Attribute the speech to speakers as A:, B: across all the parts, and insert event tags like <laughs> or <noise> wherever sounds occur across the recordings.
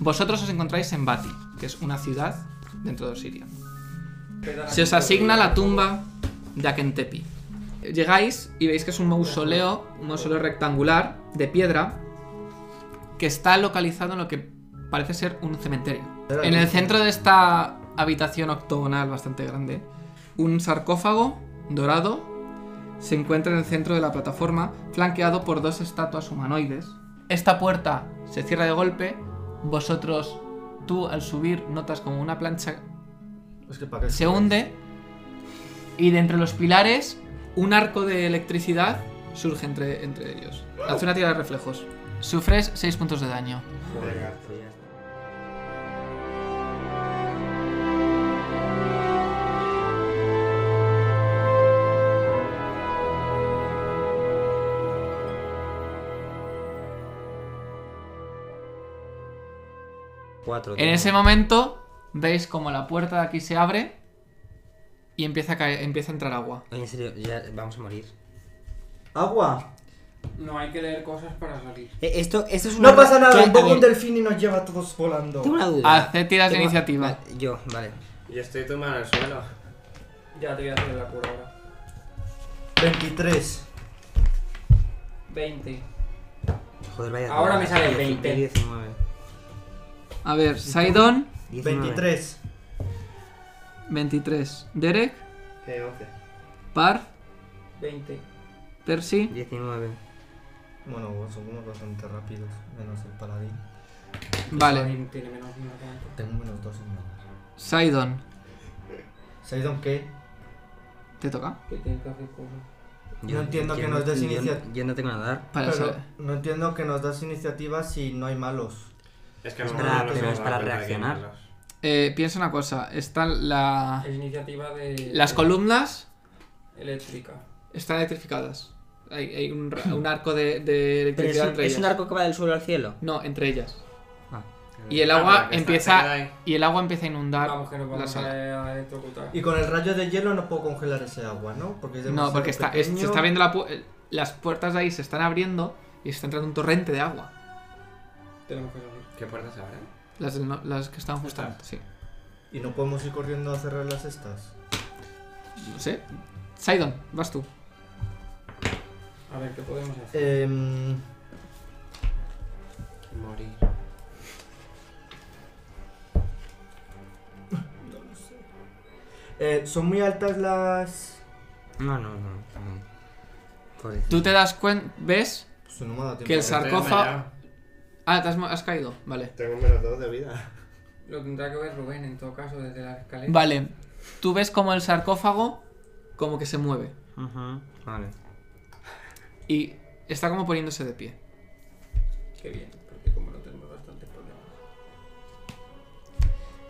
A: Vosotros os encontráis en Bati, que es una ciudad dentro de Siria. Se os asigna la tumba de Akentepi. Llegáis y veis que es un mausoleo, un mausoleo rectangular de piedra que está localizado en lo que parece ser un cementerio. En el centro de esta habitación octogonal bastante grande, un sarcófago dorado se encuentra en el centro de la plataforma, flanqueado por dos estatuas humanoides. Esta puerta se cierra de golpe, vosotros, tú al subir, notas como una plancha
B: Es que para qué-
A: se hunde y de entre los pilares un arco de electricidad surge entre, entre ellos. Haz una tira de reflejos. Sufres 6 puntos de daño.
C: Venga.
D: Cuatro.
A: En
D: tío.
A: ese momento veis como la puerta de aquí se abre y empieza a, caer- empieza a entrar agua.
D: Oye, en serio, ya vamos a morir.
C: Agua.
E: No hay que leer cosas para salir.
D: Eh, esto, esto es una.
C: No pasa nada,
D: Claro,
C: un poco
D: a
C: un
D: ver,
C: delfín y nos lleva a todos volando.
D: Tengo una duda.
A: Haced tiras de
D: Tengo-
A: iniciativa.
D: Vale, yo, vale.
F: Y estoy tumbado en el suelo.
E: Ya te voy a hacer la cura ahora.
C: 23.
E: 20.
D: Joder, vaya.
E: Ahora me sale el 20.
D: 19.
A: A ver, Saidon,
C: 23.
A: 23. Derek,
B: Eh, 11.
A: Par,
E: 20.
A: Percy,
D: 19.
C: Bueno, vos somos bastante rápidos, menos el paladín.
A: vale.
E: Tiene menos de una cuenta.
C: Tengo menos 2 en nada.
A: Saidon,
C: ¿Saidon qué?
A: te toca.
E: Que tiene que hacer cosas.
C: Yo entiendo que nos des
D: yo-
C: inicia-
D: Yo no tengo nada.
A: Para
C: Pero
A: sa-
C: no entiendo que nos das iniciativas si no hay malos.
F: Es que
D: Es
F: no
D: para-
F: no
D: pero
F: me
D: es
F: da
D: para
F: cuenta de quién
D: reaccionar.
F: eran los-
A: eh, piensa una cosa, están la,
E: Es iniciativa de.
A: Ah. las columnas
E: Eléctrica.
A: están electrificadas. Hay, hay un, ra- un arco de, de
D: Pero es
A: electricidad
D: un,
A: entre
D: es
A: ellas.
D: un arco que va del suelo al cielo.
A: No, entre ellas.
D: Ah.
A: Y el
F: Ah,
A: agua
F: pero que está- se queda
A: empieza
F: ahí.
A: y el agua empieza a inundar
E: Vamos, que nos
A: la
E: vamos
A: sala.
E: a a electrocutar.
C: Y con el rayo de hielo no puedo congelar ese agua, ¿no? Porque es
A: No,
C: demasiado
A: porque está, es- se
C: pequeño.
A: está viendo la pu- eh, las puertas de ahí se están abriendo y está entrando un torrente de agua.
E: Tenemos que salir.
F: ¿Qué puertas abren?
A: Las, del no- las que están justamente, sí.
C: Y no podemos ir corriendo a cerrar las estas.
A: No sé. Saidon, vas tú.
E: A ver, ¿qué podemos hacer?
C: Em,
F: Morir.
C: eh, son muy altas las.
D: No, no, no. no. Pobrecito.
A: Tú te das cuenta, ves
C: Pues no me ha dado tiempo
A: que el
C: de-
F: sar-
A: sarcófago... Ah, te has, mo- has caído, vale.
F: Tengo un menos dos de vida.
E: Lo tendrá que ver Rubén en todo caso desde la escalera.
A: Vale, tú ves como el sarcófago como que se mueve
D: Ujú, Vale.
A: y está como poniéndose de pie.
E: Qué bien, porque como no tenemos bastantes problemas.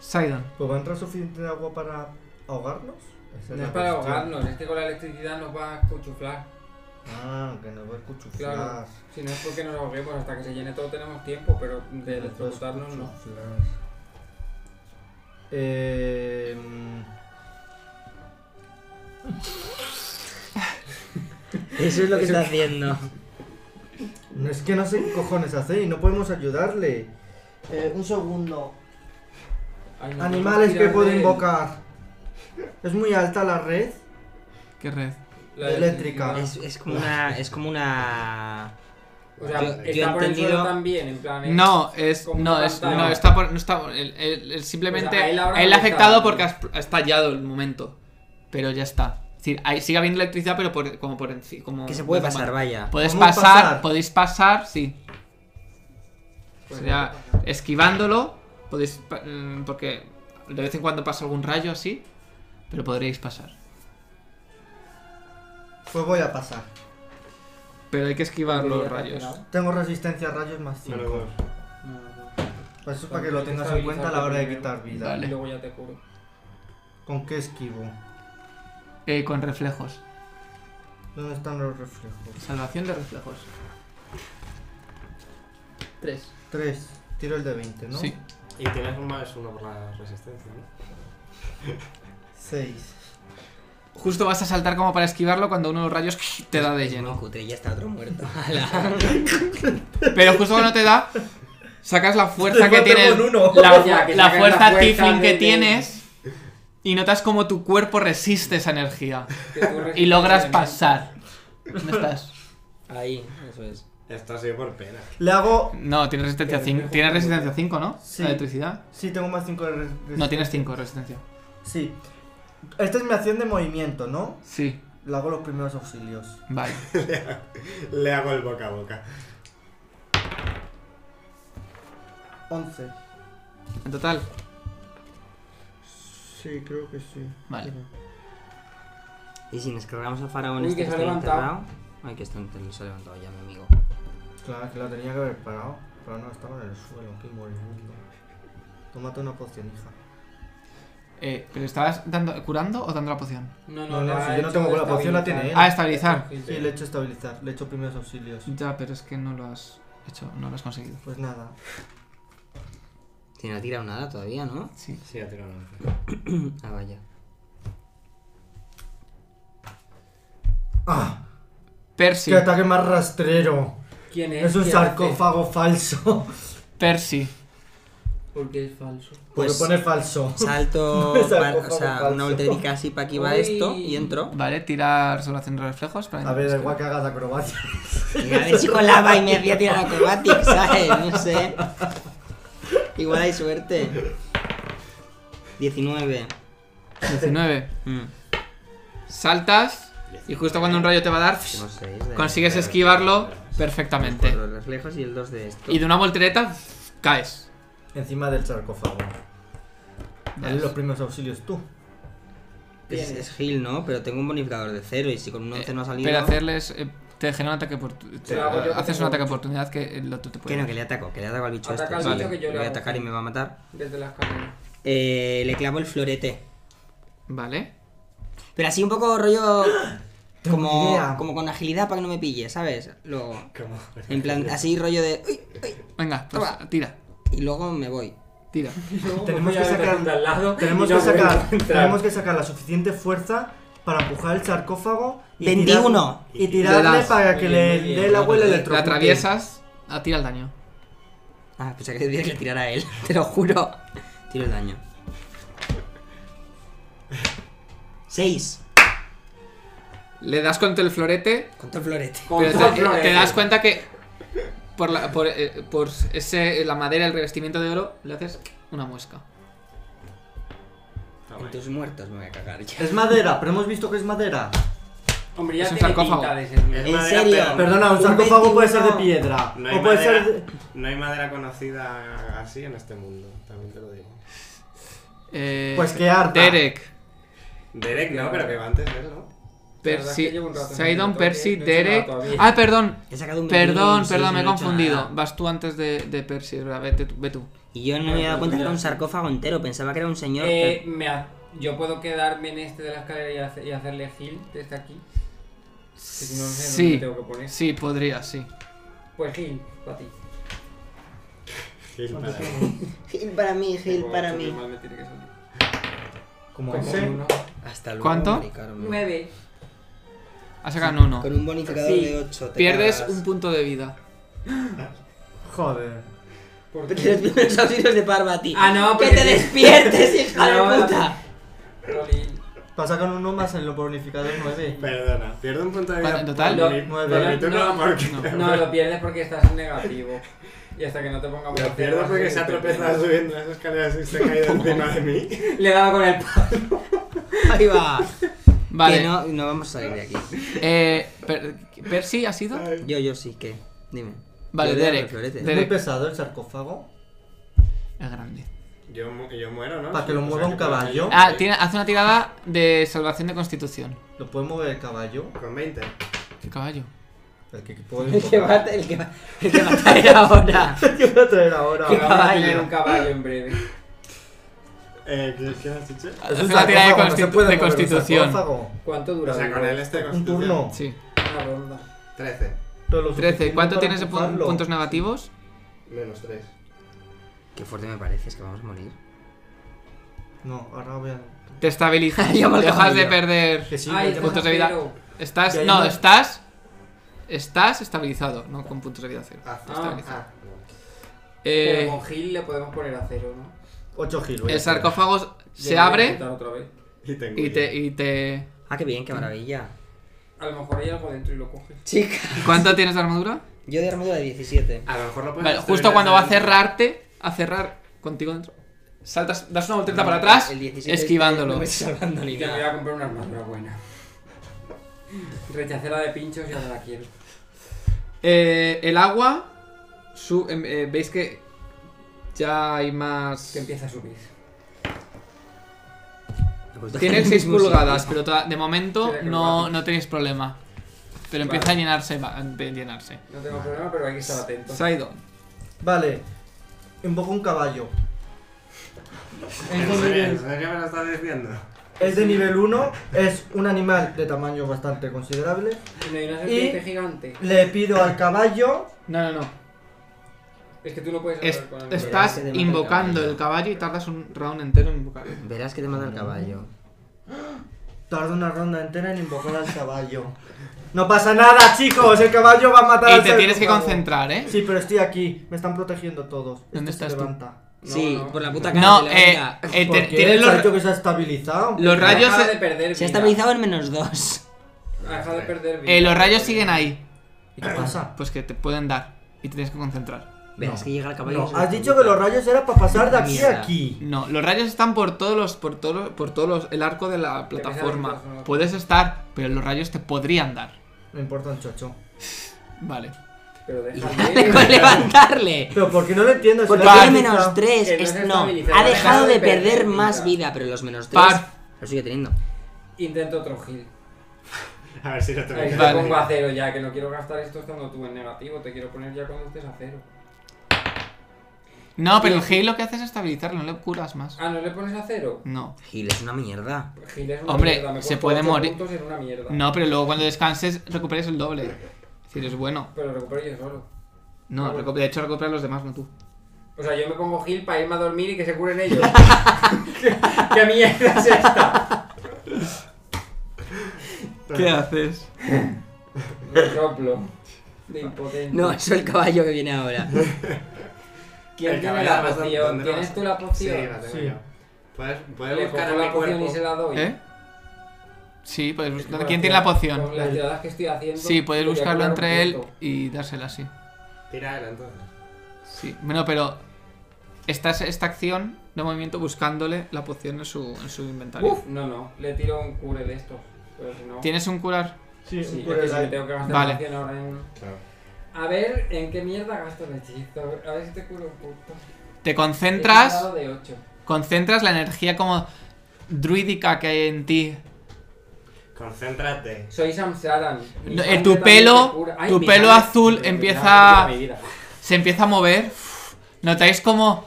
A: Saidon,
C: ¿Pues va a entrar suficiente agua para ahogarnos? Esa
E: No
C: la
E: es para
C: cuestión.
E: ahogarnos, es que con la electricidad nos va a cuchuflar.
C: Ah, que nos va a escuchuflar.
E: Claro. Si no es porque nos ahoguemos, hasta que se llene todo tenemos tiempo, pero de
C: Nos va a
E: electrocutarnos no.
C: escuchuflar. Em,
D: Eso es lo que está haciendo.
C: no es que no sé qué cojones hace y no podemos ayudarle. Eh, un segundo.
E: Ay, no,
C: Animales
E: no
C: que puedo
E: tirar de-
C: invocar. Es muy alta la red.
A: qué red.
E: la
C: Eléctrica.
D: <laughs>
E: electricidad.
D: Es, es como una. Es como una.
E: O sea,
D: Yo- yo
E: está
D: he
E: por el suelo
D: entendido-
E: también, en plan. ¿eh? es-
A: No, es,
E: como
A: no,
E: una
A: es,
E: pantalla. Pues
A: no, está por, no está, el- el- el simplemente,
E: O sea, a él ahora
A: a él le
E: no
A: ha
E: le está
A: afectado
E: dando.
A: porque ha expl- ha estallado el momento, pero ya está. Es decir, ahí sigue habiendo electricidad, pero por, como por encima, como...
D: Que se puede
A: como-
D: pasar, vaya.
A: Podéis
C: ¿Podemos
A: pasar,
C: pasar?
A: podéis pasar, sí.
E: Pues
A: Sería
E: no.
A: esquivándolo, podéis, pa- mm, porque de vez en cuando pasa algún rayo así, pero podríais pasar.
C: Pues voy a pasar.
A: Pero hay que esquivar
E: Debería
A: los
E: estar
A: rayos.
E: pegado.
C: Tengo resistencia a rayos más 5.
F: Menos dos.
E: No, no, no.
C: Pues eso es para que lo tengas en cuenta a la hora de quitar vida.
A: Vale.
E: Y luego ya te curo.
C: ¿Con qué esquivo?
A: Eh, con reflejos.
C: ¿Dónde están los reflejos?
A: Salvación de reflejos. Tres.
C: 3. Tiro el de 20, ¿no?
A: Sí.
F: Y tienes un más uno por la resistencia, ¿no?
C: 6.
A: Justo vas a saltar como para esquivarlo cuando uno de los rayos <laughs> te da de
D: Es muy
A: lleno.
D: cutre, ya está otro muerto.
A: Pero justo cuando te da, Sacas la fuerza que
C: Te mato
A: tienes,
C: con uno.
A: la,
E: Ya, que
A: la
E: sacas
A: fuerza
E: la fuerza
A: Tiflin que
E: de-
A: tienes y notas como tu cuerpo resiste esa energía
C: <laughs>
E: que tú <laughs> resistes
A: y logras
E: el-
A: pasar. ¿Dónde estás?
D: <laughs> Ahí, eso es.
F: Esto ha sido por pena.
C: Le hago.
A: No, tienes resistencia 5, tienes resistencia 5, ¿no?
C: Sí.
A: La electricidad.
C: Sí, tengo más 5 de res-
A: No, tienes 5 resistencia.
C: Sí. Esta es mi acción de movimiento, ¿no?
A: Sí,
C: Le hago los primeros auxilios.
A: vale.
F: Le hago el boca a boca.
C: 11.
A: En total,
C: Sí, creo que sí.
A: Vale.
D: Y si nos cargamos al faraón
E: Uy,
D: este
E: que se ha
D: está
E: levantado.
D: internado. Ay, que está internado, se ha levantado ya, mi amigo.
C: Claro, que la tenía que haber parado. Pero no, estaba en el suelo. Qué moribundo. Tómate una poción, hija.
A: eh, ¿pero estabas dando, curando o dando la poción?
E: No,
C: No,
E: no,
C: no,
E: la
C: si
E: ha
C: yo no
E: hecho
C: tengo la poción, la
E: estabilizar.
C: tiene él.
A: Ah, estabilizar.
E: Sí,
C: Sí, le he hecho estabilizar. Le he hecho primeros auxilios.
A: Ya, pero es que no lo has hecho, no lo has conseguido.
C: Pues nada.
D: Si no ha tirado nada todavía,
E: <laughs>
D: ¿no?
A: Sí.
F: Sí, ha tirado un once.
D: Ah, vaya.
C: ¡Ah!
A: Percy.
C: ¡Qué ataque más rastrero!
E: ¿Quién es?
C: Es un
E: ¿Quién hace?
C: sarcófago falso. <laughs>
A: Percy.
E: Porque es falso.
C: Porque
D: Pues-
C: pone falso.
D: Salto,
E: <laughs>
C: Me sacó
D: par- o
C: como
D: sea,
C: falso.
D: una volterica así para aquí va
E: Uy.
D: esto y entro.
A: Vale, tirar sobre haciendo reflejos. Para
C: A ver, da igual que hagas acrobacia. <laughs>
D: Y a ver si con la va y me voy a tirar
E: <laughs>
D: acrobatics, ¿sabes? No sé. Igual hay suerte. 19.
A: 19. Mm. Saltas y justo cuando un rayo te va a dar,
D: Tengo seis de-
A: consigues
F: de-
A: esquivarlo
D: Cuatro
A: perfectamente.
D: de reflejos y el 2 de esto.
A: Y de una voltereta caes.
C: Encima del sarcófago. Dale
A: Yes.
C: los primeros auxilios tú.
D: Es, es heal, ¿no? Pero tengo un bonificador de 0 y si con un 11 no ha salido...
A: Eh, Pero hacerles. eh, te genera un ataque por. te-
E: lo hago yo, que
A: haces un
E: tengo
A: ataque
E: mucho.
A: oportunidad que el otro te puede.
D: Que no, que le ataco, que le ataco al bicho
E: Ataca
D: este.
E: al
A: bicho
E: que
D: le
E: yo le
D: voy a
E: hago.
D: atacar y me va a matar.
E: Desde las cámaras.
D: Eh, le clavo el florete.
A: Vale.
D: Pero así un poco rollo...
C: Tengo una
D: Como,
C: idea.
D: como con agilidad para que no me pille, ¿sabes? Luego...
F: ¿Cómo?
D: En plan, así rollo de... "Uy, uy",
A: Venga, pues
D: Toma.
A: tira.
D: y luego me voy.
A: Tira.
C: Tenemos que sacar-
E: de al lado.
C: Tenemos
E: y no
C: que sacar,
E: vuelvo a entrar.
C: tenemos que sacar la suficiente fuerza para empujar el sarcófago y
D: 21.
C: tirar- y
A: Le
C: tirarle
A: das.
C: para que
E: Muy
C: le
E: bien, muy
C: dé
E: bien.
C: la abuela
A: La
C: electrocute.
A: atraviesas. A tira el daño.
D: Ah, pensaba que tendría que tirar a él, <laughs> te lo juro. Tiro el daño. 6.
A: Le das contra el florete
D: Contra el florete.
E: Con
A: Pero te-
E: dos
A: te,
E: flores.
A: das cuenta que por, la, por, eh, por ese, la madera, el revestimiento de oro, le haces una muesca.
F: <laughs>
D: En tus muertos me voy a cagar ya.
C: Es madera, pero hemos visto que es madera.
E: Hombre, ya
A: Es un
E: tiene
A: sarcófago.
E: pinta de ser mío.
F: Es
D: ¿En
F: madera,
D: serio?
F: pero-
C: Perdona, un
D: Un
C: sarcófago puede ser de
D: 21.
C: piedra.
F: No hay,
C: o puede
F: madera,
C: ser de-
F: no hay madera conocida así en este mundo, también te lo digo.
A: Eh,
C: Pues que harta.
A: Derek.
F: Derek no, pero que va antes de él, ¿no?
E: verdad es que
A: Percy.
E: llevo un rato en el
A: Sidon,
E: doctor,
A: Percy,
E: que no he hecho
A: Derek.
E: nada todavía.
A: Ah, perdón.
D: He sacado un 21 y
A: Perdón,
D: un seis,
A: perdón, me he
D: no he hecho
A: confundido.
D: nada.
A: Vas tú antes de, de Percy, es verdad, vete tú- Ve tú.
D: Y yo no me había dado cuenta que era un sarcófago entero, pensaba que era un señor.
E: Eh,
D: que-
E: me ha- Yo puedo quedarme en este de la escalera y, hace- y hacerle heal desde aquí. Que si no, no sé
A: Sí.
E: dónde tengo que poner.
A: Sí, podría, sí.
E: Pues heal, para ti.
F: Sí, para-
D: Gil para mí, Gil
E: Tengo
D: para
E: ocho, qué
D: mí.
E: mal me tiene que salir.
C: Como
E: Como
C: ese.
E: uno.
D: Hasta luego.
A: ¿Cuánto?
D: hombre, Carmen.
E: Nueve.
A: Ha sacado un uno.
D: Con un bonificador
E: Sí.
D: de 8.
A: Pierdes un
D: <laughs>
A: punto de vida.
C: Joder.
E: ¿Por qué?
D: Los primeros auxilios de Parvati.
E: Ah, no,
D: ¡Que
E: porque-
D: te
E: <laughs>
D: despiertes, <laughs> hija de
E: No,
D: puta!
E: Jolín.
C: Para sacar un uno más en lo bonificado 9.
F: Perdona, pierdo un punto de vida.
A: Vale, en total,
F: por
E: no,
F: mi-
C: no,
F: por mi turno,
E: no,
F: porque-
E: No, lo pierdes porque estás en negativo. Y hasta que no te pongamos
F: Lo pierdo porque se ha tropezado subiendo las escaleras y se ha <laughs> caído encima de mí.
E: Le he dado
F: <laughs>
E: con el palo.
D: Ahí va.
A: Vale.
D: <laughs> Que no, no vamos a salir de aquí.
A: Eh, Per- ¿Percy ha sido?
D: Yo, yo sí, ¿qué? Dime.
A: Vale,
D: Yo le doy
A: Derek,
D: al florete.
A: Derek.
C: Es muy pesado el sarcófago.
A: Es grande.
F: Yo, mu- yo muero, ¿no?
C: Para que lo
F: O sea,
C: mueva un
F: puedo salir.
C: caballo.
A: Ah, tiene- hace una tirada de salvación de constitución.
C: Lo puede mover el caballo.
F: Con 20.
A: ¿Qué caballo?
C: El que puede
D: El <laughs> que va
C: <laughs> invocar.
D: a, el que va, el que va a traer ahora. <laughs>
C: El que va a traer ahora.
D: Qué
E: Vamos a tener
D: caballo.
E: un caballo en breve.
F: Eh, ¿qué, ¿Qué has dicho?
C: Es
A: Hace
C: un
A: una tirada de,
C: sarcófago, no se
A: constitu-
C: puede
A: de
C: mover un
A: constitución.
C: sarcófago.
E: ¿Cuánto dura?
F: O sea, con el este de
C: Un
F: constitución.
C: turno.
A: Sí.
E: Una ronda.
F: 13.
C: Pero lo
A: 13.
C: suficiente
A: ¿Cuánto
C: para
A: tienes de pu-
C: empujarlo.
A: puntos negativos?
F: Menos 3.
D: Qué fuerte me parece, es que vamos a morir.
C: No, ahora voy a.
A: Te estabilizas.
D: Llama al
A: dejas de
D: caballo.
A: perder.
C: Que sí,
E: Ay,
C: ya-
A: puntos de vida.
E: cero.
A: Estás.
C: Que hay
A: No,
C: una-
A: estás. Estás estabilizado, no con puntos de vida cero.
F: Ah,
E: Ah,
A: Estabilizado.
F: ah.
A: Eh,
E: Pero con Gil le podemos poner a cero, ¿no?
C: 8 gil, voy a
A: el
C: hacer.
A: sarcófago se
E: Le voy a
A: abre
E: intentar otra vez.
F: Y tengo.
A: y te, y te...
D: Ah, qué bien, qué maravilla.
E: A lo mejor hay algo dentro y lo coges.
D: Chica.
A: ¿Cuánto tienes de armadura?
D: Yo de armadura de 17.
F: A lo mejor lo puedes.
A: Vale,
F: hacer
A: justo
F: en
A: cuando va a
F: el-
A: cerrarte, a cerrar contigo dentro. Saltas, das una voltereta para atrás,
D: El 17
A: esquivándolo.
D: No me estoy salvando ni
E: Y te voy
D: nada.
E: a comprar una armadura buena. Rechacé la de pinchos y ahora la quiero.
A: Eh, el agua, su- em, eh, veis que ya hay más...
E: Que empieza a subir.
D: <laughs>
E: pues
A: Tiene 6
D: Pues
A: pulgadas, pero toda- de momento
E: Tiene que
A: no,
E: ver.
A: no tenéis problema. Pero empieza a llenarse, va- de llenarse.
E: No tengo problema, pero hay que estar atento.
A: Saidon.
C: Vale. Invoco un caballo.
F: ¿En serio? ¿En serio me lo estás diciendo?
C: Es de nivel 1, es un animal de tamaño bastante considerable.
E: No hay una serpiente gigante.
C: Le pido al caballo.
A: No, no, no.
E: Es que tú no puedes
A: Es-
E: hablar con el
A: estás
D: Ese de
A: invocando
D: matar
A: el caballo y tardas un round entero en invocarlo.
D: Verás que te mata el caballo.
C: Tarda una ronda entera en invocar al caballo. No pasa nada, chicos. El caballo va a matar
A: Y
C: al
A: te tienes que
C: sarcófago.
A: concentrar, ¿eh?
C: Sí, pero estoy aquí. Me están protegiendo todos.
A: ¿Dónde
C: Este se
A: estás tú?
C: levanta.
E: No,
D: sí,
E: no.
D: por la puta cara.
A: No,
D: de la
A: eh,
D: vida.
A: eh,
C: ¿Por
A: te-
C: qué?
A: tienes
C: El
A: los,
C: salto que se ha estabilizado.
A: los rayos.
E: Acaba de
A: eh,
E: perder
D: Se ha
E: vida.
D: estabilizado en menos 2.
E: Ha dejado de perder vida.
A: eh, los rayos siguen ahí.
C: ¿Y qué pasa?
A: Pues que te pueden dar. Y te tienes que concentrar.
D: Verás que llega el caballo. y
C: No,
D: se
C: has
D: lo
C: dicho
D: puta.
C: que los rayos era para pasar de aquí
D: Mierda.
C: a aquí.
A: No, los rayos están por todos los. por todos los- por todos los- el arco de la
E: Te empiezan a dar
A: plataforma.
E: cosas.
A: Puedes estar, pero los rayos te podrían dar.
C: No importa un <laughs> chocho.
A: Vale. <laughs>
E: Pero
D: Dale
E: déjame.
D: <laughs> con levantarle.
C: Pero ¿por qué no lo entiendo? Si
D: Porque
C: lo has
D: tiene
C: visto.
D: menos 3.
E: Que no
D: Es,
E: se
D: no,
E: estabiliza,
D: ha
E: ha
D: dejado de perder
E: vida.
D: más vida, pero los menos 3.
A: Par.
D: Lo sigue teniendo.
E: Intento otro heal.
F: A ver si lo tengo.
E: Ahí
F: que
E: te
A: Vale.
E: pongo a cero ya, que no quiero gastar esto estando tú en negativo. Te quiero poner ya cuando estés a cero.
A: No, pero el Heal lo que hace es estabilizarlo, no le curas más.
E: Ah, ¿no le pones a cero?
A: No.
D: Gil es una mierda.
E: Gil es una
A: Hombre,
E: mierda, me
A: se
E: costó
A: puede
E: ocho
A: morir.
E: puntos en una mierda.
A: No, pero luego cuando descanses recuperes el doble. Es decir, es bueno.
E: Pero lo recupero yo solo.
A: No, recu- de hecho recuperas los demás, no tú.
E: O sea, yo me pongo Gil para irme a dormir y que se
A: <laughs>
E: curen ellos. <laughs> ¿Qué, qué mierda es esta?
A: ¿Qué haces?
E: Lo soplo. De impotente.
D: No, eso es el caballo que viene <laughs> ahora.
E: ¿Quién
F: El
E: tiene
F: caballo,
E: la
F: ¿dónde-
E: poción?
F: dónde lo
E: ¿Tienes
F: vas?
E: tú la poción?
F: Sí, la tengo
C: Sí.
F: yo. Puedes, puedes
E: Le
F: buscar
E: cojo
F: en mi
E: la poción
F: cuerpo.
E: y se la doy.
A: ¿Eh? Sí, puedes buscar.
E: Con
A: ¿Quién
E: las
A: tiene la
E: tiradas-
A: poción?
E: Con las tiradas que estoy haciendo.
A: Sí, puedes
E: quería
A: buscarlo
E: cobrar un
A: entre él
E: punto.
A: y dársela así.
F: Tírala, entonces.
A: Sí, bueno, pero esta, esta acción de movimiento buscándole la poción en su, en su inventario.
E: Uf, no, no. Le tiro un cure de estos. Pero si no.
A: ¿Tienes un curar?
C: Sí, un
E: Sí, es que si me
C: curelai.
E: tengo que gastar
A: Vale.
E: la poción ahora en.
F: Claro.
E: A ver, ¿en qué mierda gasto el hechizo? A ver si te curo un punto.
A: Te concentras,
E: He tirado de ocho.
A: concentras la energía como druídica que hay en ti.
F: Concéntrate.
E: Soy Samsaran. Mi
A: No, eh,
E: sangre
A: tu
E: también
A: pelo-
E: te cura.
A: tu
E: mi
A: pelo
E: madre.
A: azul
E: Me- me
A: empieza-
E: da- me da vida.
A: Se empieza a mover. Notáis como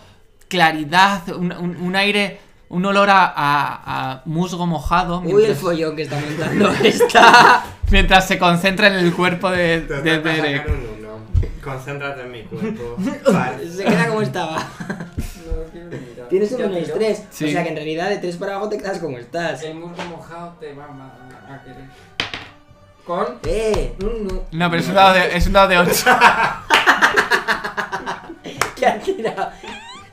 A: claridad, un, un- un aire, un olor a, a- a musgo mojado
D: Uy, el
A: mientras,
D: follón que está montando <laughs> está.
A: mientras se concentra en el cuerpo de,
F: Te
A: de
F: vas a
A: Derek.
F: sacar un uno. Concéntrate en mi cuerpo. Vale.
D: Se queda como estaba.
E: No lo quiero ni mirar.
D: Tienes un
E: Ya
D: menos
E: tiró.
D: 3.
A: Sí.
D: O sea que en realidad de 3 para abajo te quedas como estás.
E: El musgo mojado te va a, a querer. Con <laughs>
D: Eh,
E: un nu-
A: No, pero es un dado de, es un dado de 8.
D: ¿qué has tirado?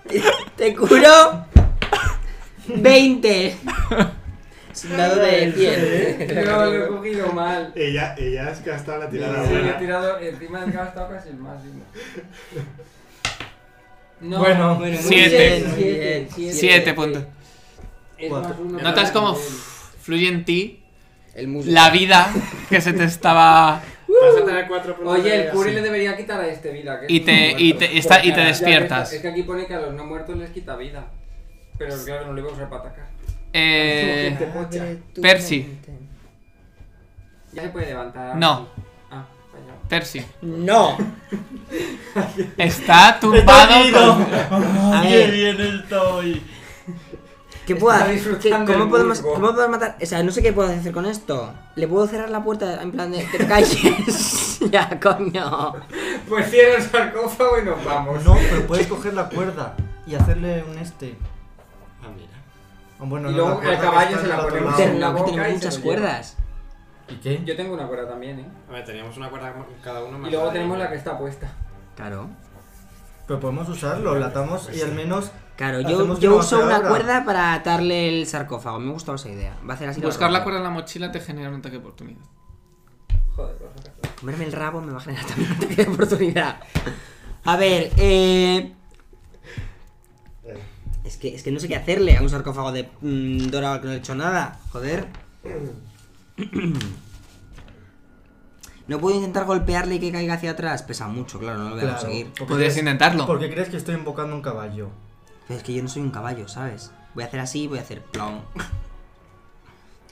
D: Te, te curo 20. Es un dado de 100.
E: No, lo he cogido mal.
F: Ella, ella es que ha estado la tirada
E: Sí, he
F: buena.
E: tirado encima del que ha estado casi el máximo. No,
C: Bueno,
D: Bueno, muy
A: Siete.
D: bien, muy bien. Siete.
A: 7 puntos.
E: es
C: Cuatro.
E: más uno
A: Notas
E: para
A: como
E: el-
A: f- fluye en ti
D: El musgo.
A: la vida que se te estaba
F: Vas a tener cuatro puntos de
E: Oye, el
F: vida,
E: cure
F: sí.
E: le debería quitar a este vida. Que
A: Y
E: es un
A: te- y
E: muerto.
A: te- y está- y te
E: Ya, ya,
A: despiertas.
E: Es que aquí pone que a los no muertos les quita vida. Pero claro, no le voy a Ah, usar para atacar.
C: Este
A: eh,
D: Abre tu
A: Percy.
D: mente.
E: Ya se puede levantar.
A: No.
E: Ah, fallado.
A: Percy.
D: No.
A: Está
C: Estoy
A: tumbado.
C: ido.
E: <laughs>
D: A
C: ¡Qué
D: ver,
C: bien estoy!
D: ¿qué puedo
E: Está
D: hacer? ¿Qué-
E: disfrutando
D: ¿Cómo
E: el
D: podemos,
E: musgo.
D: ¿Cómo podemos matar? O sea, no sé qué puedo hacer con esto. ¿Le puedo cerrar la puerta en plan de que te calles? <laughs> ya, coño.
E: Pues cierra el sarcófago y nos vamos.
C: No, pero puedes coger la cuerda y hacerle un este.
F: Ah, mira.
C: Bueno,
E: Y
C: no,
E: luego
C: la cuerda
E: al
C: que
E: caballo
C: está
E: se
C: en
E: la
C: el otro
E: ponemos
C: lado.
D: Pero no,
E: Ah, boca
D: que tenemos
E: y se
D: muchas
E: lo lleva.
D: cuerdas.
C: ¿Y qué?
E: Yo tengo una cuerda también, ¿eh?
F: A ver, teníamos una cuerda cada uno más.
E: Y luego
F: la de
E: tenemos la
F: ella.
E: que está puesta.
D: Claro.
C: Pero podemos usarlo, lo atamos
E: Pues
C: y al menos.
D: Claro,
C: Hacemos
D: yo,
C: que
D: yo
C: no
D: uso
C: hace
D: una
C: ahora.
D: cuerda para atarle el sarcófago. Me ha gustado esa idea. Va a hacer así. la
A: Buscar la
D: rabo.
A: cuerda en la mochila te genera un ataque de oportunidad.
E: Joder, pues, por favor.
D: Comerme el rabo me va a generar también <laughs> un ataque de oportunidad. A ver, eh. Es que, es que no sé qué hacerle a un sarcófago de mm, dorado al que no le he hecho nada. Joder. <clears throat> No puedo intentar golpearle y que caiga hacia atrás. Pesa mucho, claro, no lo voy a
C: Claro.
D: conseguir.
C: ¿Por qué
A: Podrías
C: crees-
A: intentarlo.
C: ¿Por qué crees que estoy invocando un caballo?
D: Pero es que yo no soy un caballo, ¿sabes? Voy a hacer así, voy a hacer plom.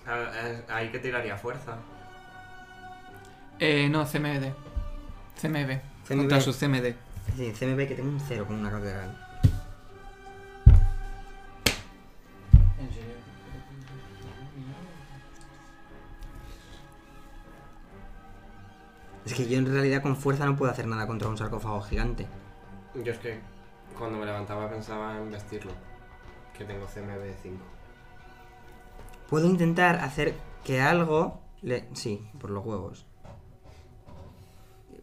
G: Ah, eh, Ahí que tiraría fuerza.
A: Eh, no, CMD. CMB.
D: CMB.
A: Contra su CMD.
D: Es decir, CMB que tengo un cero con una catedral.
E: En serio.
D: Es que yo en realidad con fuerza no puedo hacer nada contra un sarcófago gigante.
G: Yo es que cuando me levantaba pensaba en vestirlo. Que tengo CMB 5.
D: Puedo intentar hacer que algo le... Sí, por los huevos.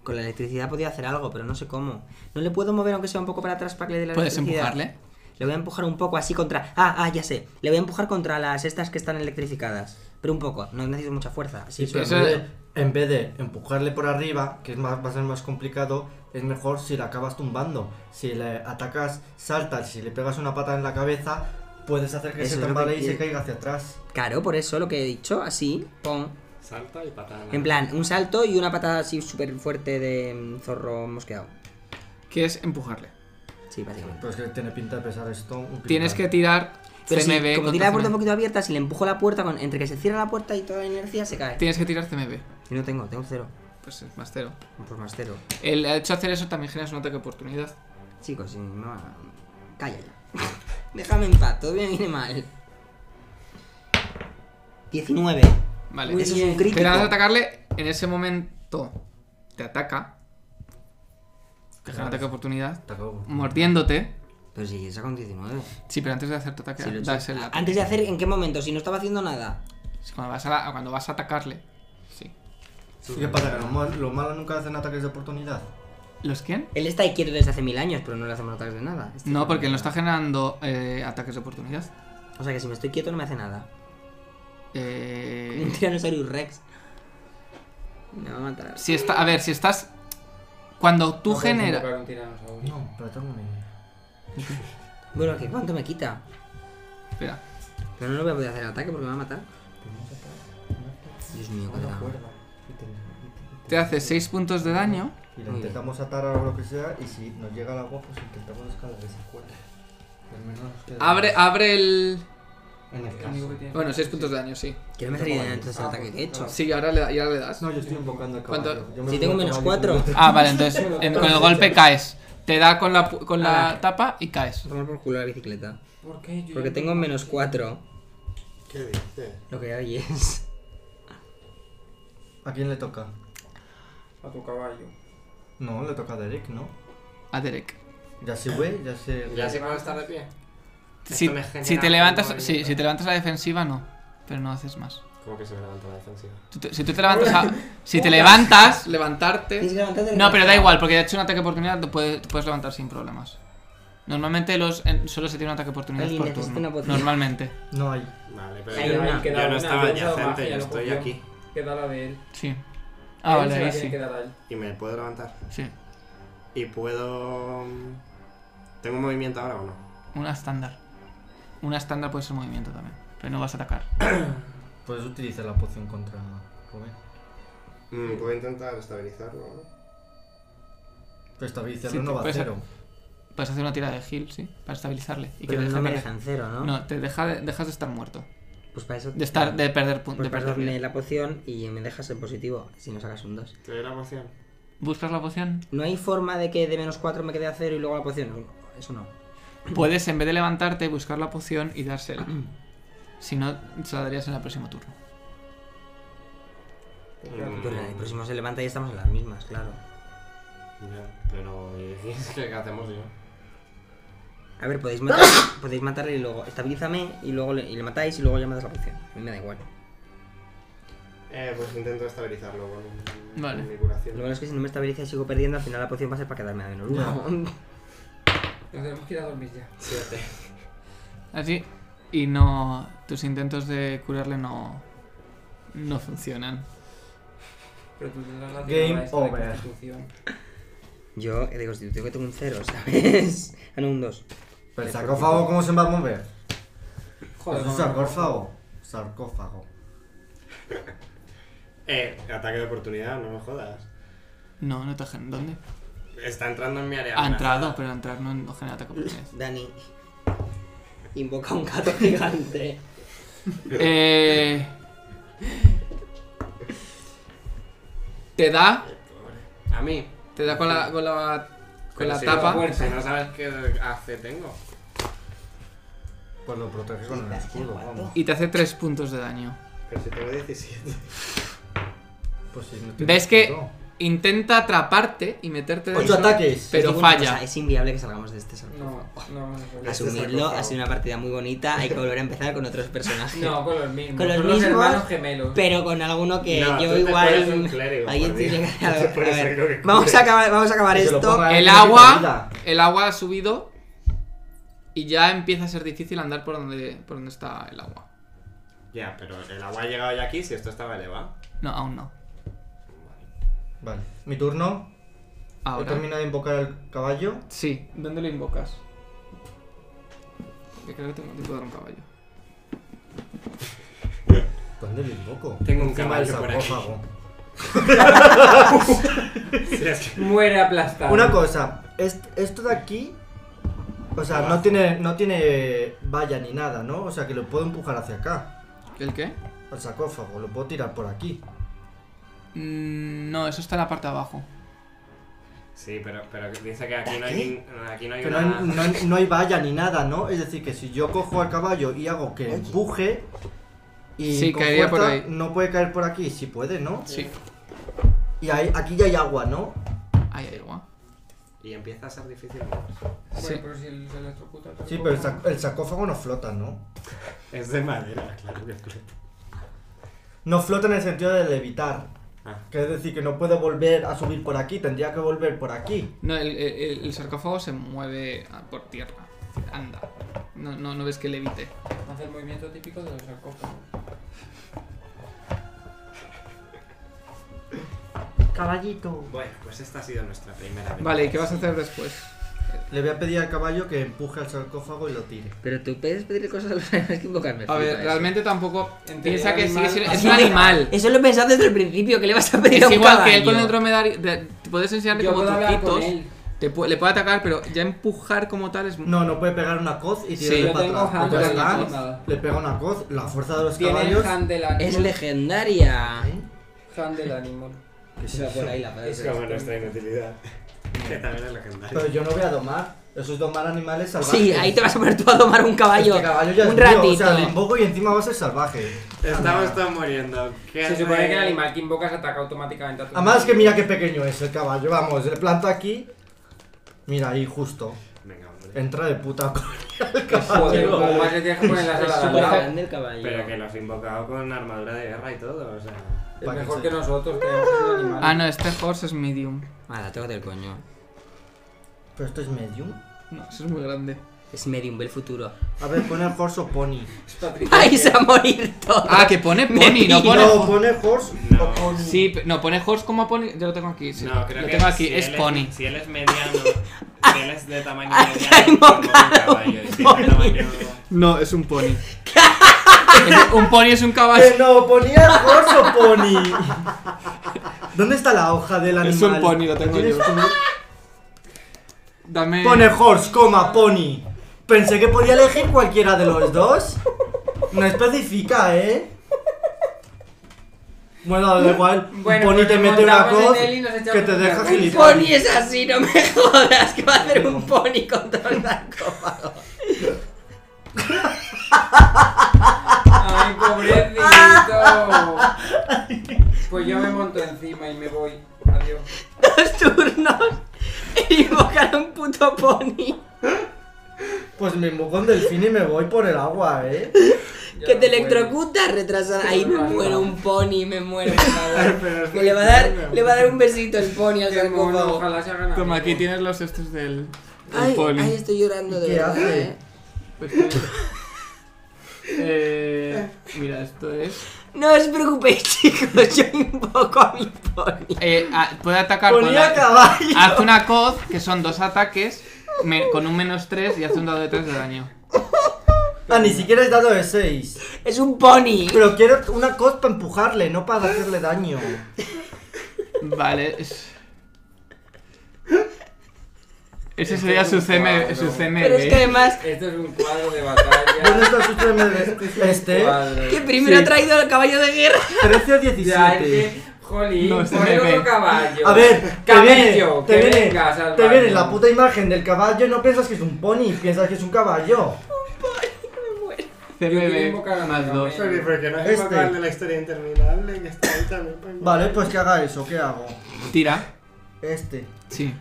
D: Con la electricidad podía hacer algo, pero no sé cómo. No le puedo mover aunque sea un poco para atrás para que le dé la
A: Puedes
D: electricidad.
A: empujarle.
D: Le voy a empujar un poco así contra... Ah, ah, ya sé. Le voy a empujar contra las estas que están electrificadas. Pero un poco. No necesito mucha fuerza. Así
C: Sí, pero
A: eso-
C: en, vez de, en vez de empujarle por arriba, que es más, va a ser más complicado, es mejor si la acabas tumbando. Si le atacas, saltas, si le pegas una pata en la cabeza, puedes hacer que se
D: Eso es lo que
C: tambalee y se
D: quiero.
C: caiga hacia atrás.
D: Claro, por eso lo que he dicho. Así. Pon.
G: Salta y patada.
D: En plan, un salto y una patada así súper fuerte de mm, zorro mosqueado.
A: Quieres empujarle.
D: Sí, básicamente.
C: Pero es que tiene pinta de pesar esto. un quintal.
A: Tienes que tirar
D: Pero si,
A: CMB.
D: como
A: contra
D: tiene la puerta un
A: CMB.
D: poquito abierta, si le empujo la puerta, con, entre que se cierra la puerta y toda la inercia se cae.
A: Tienes que tirar CMB.
D: Y no tengo, tengo cero.
A: Pues es más cero.
D: Pues más cero.
A: El hecho de hacer eso también generas un ataque de oportunidad.
D: Chicos, si no. Calla ya. <laughs> Déjame en paz, todo me viene mal. 19.
A: Vale.
D: Uy, eso es un crítico.
A: Te das a atacarle, en ese momento te ataca. Te genera un ataque de oportunidad.
C: Te acabo.
A: Mordiéndote.
D: Pero si he sacado un 19.
A: Sí, pero antes de hacer tu ataque,
D: Si lo he hecho-
A: das el ataque.
D: Ah, Antes de hacer, ¿en qué momento? Si no estaba haciendo nada.
A: Sí, Cuando vas a, la- cuando vas a atacarle. Sí.
C: Sí, ¿Qué pasa? ¿Que lo, mal- lo malo nunca hacen ataques de oportunidad?
A: ¿Los quién?
D: Él está ahí quieto desde hace mil años, pero no le hacemos ataques de nada. Este
A: No,
D: es
A: porque
D: el
A: no está generando eh, ataques de oportunidad.
D: problema. O sea que si me estoy quieto no me hace nada. Un
A: Eh,
D: tiranosaurio Rex. Me va a matar.
A: si está, a ver, si estás. Cuando tú
E: No puedes
A: generas.
E: invocar un tiranosaurio.
C: No, pero tengo una idea.
D: Bueno, ¿qué cuánto me quita?
A: Espera.
D: Pero no lo voy a poder hacer ataque porque me va a matar. Dios mío, qué drama.
A: Te hace 6 puntos de daño.
C: Y
D: Muy
C: lo intentamos atar a lo que sea, y si nos llega el agua, pues intentamos escalar esa cuerda. Al menos nos queda-
A: Abre, abre el.
C: En el
E: Lo único que
C: caso.
E: tienes-
A: Bueno, 6 puntos de daño, sí.
D: Quiero me salía entonces el
E: Ah,
D: ataque
E: pues,
D: que he hecho.
A: Sí, ahora le, da- y ahora le das.
C: No, yo estoy invocando el
A: ¿Cuánto?
C: caballo. Yo me
D: Si
C: fui
D: tengo
C: al
D: menos
C: caballo
D: cuatro.
C: con-
A: Ah, vale,
D: <laughs>
A: entonces en- con el golpe caes. Te da con la, pu- con la
D: Ah.
A: tapa y caes.
D: Vamos por culo la bicicleta.
E: ¿Por qué? Yo
D: Porque
E: ya
D: tengo
E: no-
D: menos 4.
F: ¿Qué dices?
D: Lo que hay es.
C: ¿A quién le toca?
E: A tu caballo.
C: No, le toca a Derek, ¿no?
A: A Derek.
C: Ya se ve, ya se...
G: ¿Ya sé cuándo estar de pie?
A: Si,
G: Esto me genera
A: si te
G: un
A: levantas,
G: movimiento.
A: sí, si te levantas a la defensiva, no. Pero no haces más.
G: Como que se me levanta la defensiva.
A: Tú te- si tú te levantas a- Si
G: <laughs>
A: te levantas, levantarte.
D: <laughs> Tienes que levantarte de
A: No,
D: la
A: pero da
D: cama.
A: igual, porque de hecho un ataque de oportunidad te puede- te puedes levantar sin problemas. Normalmente los en- solo se tiene un ataque de oportunidad
D: Alguien
A: por
D: necesita
A: turno.
D: una poción.
A: Normalmente,
C: No hay.
G: Vale,
E: Ahí
G: pero yo,
D: una.
G: yo
E: queda
G: no
E: una,
G: estaba
E: yo he usado
G: adyacente,
E: magia,
G: yo
E: lo
G: estoy
E: cogió.
G: aquí.
E: Queda la de él.
D: <laughs>
A: sí. Ah,
E: Él
A: vale,
E: se la
A: ahí
E: tiene
A: sí.
E: que dar a él.
G: Y me puedo levantar.
A: Sí,
G: Y puedo... mm, ¿Tengo un movimiento ahora o no?
A: una estándar. Una estándar puede ser movimiento también, pero no vas a atacar.
C: Puedes utilizar la poción contra Rubén.
G: Mm, puedo intentar estabilizarlo, ¿no?
C: Pero estabilizarlo
A: Sí, te
C: no va a
A: puedes-
C: cero.
A: Puedes hacer una tira de heal, sí, para estabilizarle. Y
D: Pero
A: que te
D: no me
A: deje perder-
D: dejan cero, ¿no?
A: No, te deja de- dejas de estar muerto.
D: Pues para eso.
A: De estar, de perder puntos.
D: Pues
A: De
D: para
A: perder
D: eso me
A: vida.
D: la poción y me dejas en positivo si no sacas un 2.
G: Te doy la poción.
A: ¿Buscas la
D: <clears throat>
A: poción?
D: No hay forma de que de menos 4 me quede a cero y luego la poción. No, Eso no.
A: Puedes, en vez de levantarte, buscar la poción y
D: <clears throat>
A: dársela. Si no, se la darías en el próximo turno.
G: Mm,
D: Pero el próximo se levanta y estamos en las mismas, claro.
G: ya, pero <laughs> ¿y es que, ¿qué hacemos yo?
D: A ver, podéis, <laughs> matar- podéis matarle y luego estabilízame y luego le, y le matáis y luego ya me das la poción. A mí me da igual.
G: Eh, pues intento estabilizarlo con,
A: Vale.
G: con mi
D: Lo
G: curación.
D: malo es que si no me estabiliza y sigo perdiendo, al final la poción va a ser para quedarme a menos uno.
E: Nos tenemos que ir a dormir ya.
G: Siete.
A: Así. Y no. Tus intentos de curarle no. No funcionan.
E: Pero tú tendrás la
C: Game
E: tirada esta de
C: over.
E: constitución.
D: <laughs> Yo de constitución que tengo un 0, <laughs> ¿sabes? Ah, no, un 2.
C: Pero el sarcófago, ¿cómo se va a mover?
E: Joder,
C: ¿Es un
E: no, no, no.
C: sarcófago? Sarcófago.
G: Eh, ataque de oportunidad, no me jodas.
A: No, no te gen- ¿Dónde?
G: Está entrando en mi área.
A: Ha entrado,
G: amenazada.
A: pero entrar no, no genera ataque
D: <laughs>
A: oportunidad.
D: Dani. Invoca un gato gigante.
A: Eh. Te da.
G: A mí.
A: Te da con la. con la. con
G: Pero
A: la
G: si no- pues,
A: tapa.
G: Si no sabes qué hace tengo.
C: Pues lo protege con el escudo, vamos.
A: Y te hace 3 puntos de daño.
F: Pero si tengo 17.
C: Pues si no tiene
A: ¿Ves que
C: escudo.
A: intenta atraparte y meterte
C: Ocho
A: dentro?
C: ataques.
A: Pero
D: Os digo una
A: falla.
D: cosa, es inviable que salgamos de este sarcófago.
E: No, no, no, no.
D: Asumirlo, ha sido una partida muy bonita. Hay que volver a empezar con otros personajes.
E: No, con los mismos.
D: Con los
E: son
D: mismos,
E: hermanos gemelos.
D: Pero con alguno que
G: No, tú
D: yo
G: te
D: igual.
G: puedes un clérigo,
D: Alguien
G: por Dios.
D: tiene que.
G: No
D: A
G: te
D: ver,
G: puedes
D: a ver.
G: ser lo que
D: Vamos, a
G: cure.
D: acabar, vamos a acabar
C: Que se lo
D: esto.
C: ponga-
A: El
C: Necesita
A: agua,
C: vida.
A: el agua ha subido y ya empieza a ser difícil andar por donde, por donde está el agua.
G: Ya, pero el agua ha llegado ya aquí si esto estaba elevado. <laughs>
A: No, aún no.
C: Vale. Mi turno. He
A: Ahora.
C: terminado de invocar al caballo.
A: Sí. ¿Dónde lo invocas? Que creo que tengo tiempo de dar un caballo.
C: ¿Dónde lo invoco?
G: Tengo un
C: Encima del
G: caballo por
C: sarcófago.
G: Si es que-
E: Muere aplastado.
C: Una cosa, est- esto de aquí. O sea, no tiene, no tiene valla ni nada, ¿no? O sea, que lo puedo empujar hacia acá.
A: ¿El qué?
C: Al sarcófago, lo puedo tirar por aquí.
A: Mm, No, eso está en la parte de abajo.
G: Sí, pero, pero dice que aquí no hay, nin- aquí no hay
C: Que no
G: una...
C: hay, no hay- no hay valla ni nada, ¿no? Es decir, que si yo cojo al caballo y hago que empuje. Y
A: Sí,
C: con
A: caería por ahí.
C: No puede caer por aquí, si puede, ¿no?
A: Sí.
C: Y ahí- aquí ya hay agua, ¿no?
A: Ahí hay agua.
G: Y empieza a ser difícil. moverse.
E: Bueno,
A: Sí.
E: pero si el, se electrocuta,
C: Sí, pero el, sac- el sarcófago no flota, ¿no?
G: Es de madera, claro que flota.
C: No flota en el sentido de levitar.
G: Ah.
C: Que es decir, que no puedo volver a subir por aquí, tendría que volver por aquí.
A: No, el, el- el sarcófago se mueve ah, por tierra. Anda. No, no, no ves que levite.
E: Hace el movimiento típico de los sarcófagos.
C: Caballito.
G: Bueno, pues esta ha sido nuestra primera vez.
A: Vale, ¿y qué vas a hacer después?
C: Le voy a pedir al caballo que empuje al sarcófago y lo tire.
D: Pero tú puedes pedirle cosas
A: <laughs>
D: a los animales que invocarme.
A: A ver, realmente tampoco.
E: En
A: Piensa
E: teoría,
A: que sigue
E: animal-
A: siendo. Es un animal.
D: Eso lo he pensado desde el principio, que le vas a pedir a
A: Es
D: un
A: igual
D: caballo?
A: que él con el dromedario. de- te puedes enseñarle
E: Yo
A: como
E: puedo hablar con
A: truquitos.
E: él.
A: Te pu- le puede atacar, pero ya empujar como tal es.
C: No, no puede pegar una coz y
A: Sí,
C: tirarle
A: yo
C: para
E: tengo
C: atrás.
E: hand
C: porque
E: de
C: está,
E: la coz.
C: le pega una coz, la fuerza de los
E: Tiene el
C: caballos.
E: hand del
D: Es
E: animal.
D: legendaria.
C: ¿Eh?
E: Hand
D: <laughs>
E: del animal.
C: ¿Qué es
D: Se va
C: eso?
D: por ahí la
G: Es
D: palabra.
G: como nuestra inutilidad. que también es legendario.
C: Pero yo no voy a domar. Eso es domar animales salvajes.
D: Sí, ahí te vas a poner tú a domar un caballo.
C: Este caballo ya es
D: un
C: mío,
D: ratito.
C: O sea, le invoco y encima va a ser salvaje.
G: Estamos todos muriendo. ¿Qué
E: Se
G: hace?
E: supone que el animal que invocas ataca automáticamente a tu
C: Además que mira qué pequeño es el caballo. Vamos, le planto aquí. Mira, ahí justo.
G: Venga, hombre.
C: Entra de puta <laughs> coña el <laughs>
E: Joder,
C: caballo.
E: como más le tienes que poner las alas al
D: Súper
E: lado.
D: grande el caballo.
G: Pero que lo has invocado con armadura de guerra y todo, o sea...
E: Es
C: Pa' que
E: mejor
C: se-
E: que nosotros, que somos animales.
A: Ah, no, este horse es medium.
D: Mala, tócate el coño.
C: Pero esto es medium.
A: No, eso es muy grande.
D: Es medium, ve el futuro.
C: A ver, pone horse o pony.
E: Es Patricia,
D: ¡Vais
E: que-
D: a morir todos!
A: Ah, que pone pony, no pone.
C: No, pone horse
G: No.
C: o pony.
A: Sí, pe- no, pone horse como pony. Yo lo tengo aquí, sí.
G: No, creo
A: lo
G: que
A: tengo aquí,
G: si
A: es
G: él
A: pony.
G: Si él es mediano, si él es
A: <laughs>
G: de tamaño
D: Ay,
G: mediano,
D: hay
G: es como un
D: mocado,
G: caballo. y si es de tamaño...
A: No, es un pony. un pony <laughs> es un
C: Ah, Que
A: caballo.
C: no, ponía horse o pony. <laughs> ¿Dónde está la hoja del animal?
A: Es un pony, lo tengo
C: ¿Tienes
A: yo.
C: tú?
A: Dame.
C: Pone horse, coma, pony. Pensé que podía elegir cualquiera de los dos. No especifica, ¿eh? Bueno, da igual. Un
E: <laughs> Bueno,
C: pony
E: pues
C: te
E: nos
C: mete una
E: montamos en
C: coz
E: él y nos echamos
C: que te
E: un
C: deja
E: carril.
D: Un
C: gilipollas.
D: pony es así, no me jodas, que va a hacer un pony contra el sarcófago. Ah,
E: Ay, pobrecito. Pues yo me monto encima y me voy. Adiós.
D: Dos turnos y invocar a un puto pony.
C: Pues me invoco un delfín y me voy por el agua, ¿eh?
E: Ya
D: Que
E: no
D: te
E: puedo.
D: electrocuta, retrasada. Ahí me muero un pony, me muero, por favor. Que le va a dar, le va a dar un besito el pony al
E: Qué mono,
D: sarcófago.
E: ojalá se hagan
A: Toma,
E: amigos.
A: aquí tienes los estos del.
D: Ah, Ay,
A: poli.
D: ay, estoy llorando de
C: ¿Qué
D: verdad,
C: hace?
D: eh.
A: Pues, eh, eh,
D: <laughs>
A: mira, esto es.
D: No os preocupéis, <laughs> chicos, yo invoco a mi poli.
A: Eh, ah, puede atacar con
C: Ponía
A: la-
C: caballo.
A: Hace una coz, que son dos ataques, me- con un menos 3 y hace un dado de 3 de daño.
C: Ah, ni siquiera es dado de 6.
D: Es un pony.
C: Pero quiero una cos para empujarle, no para hacerle daño.
A: Vale. es-
E: Este
A: Ese sería su CM, su CMB.
D: Pero es que además,
E: Esto Este es un cuadro de
C: ¿Dónde
E: batalla.
C: está su
E: <laughs>
C: TMD? Este,
E: Cuadro.
D: que primero
A: Sí.
D: ha traído el caballo de guerra.
C: 13 o
E: Ya, es
C: 17.
E: que, jolín,
A: No,
E: no,
A: este
E: poner
A: me ve.
E: otro caballo.
C: A ver, te viene,
E: camello,
C: te,
E: que
C: viene,
E: venga, salvaje.
C: te viene la puta imagen del caballo y no piensas que es un pony, piensas que es un caballo.
E: Yo quiero
A: CMB
E: invocar a
A: más
E: mi
A: 2.
F: Sorry, porque no es
C: Este.
F: invocable de la historia interminable que está ahí también. pues,
C: Vale, pues que haga eso, ¿qué hago?
A: Tira.
C: Este,
A: Sí.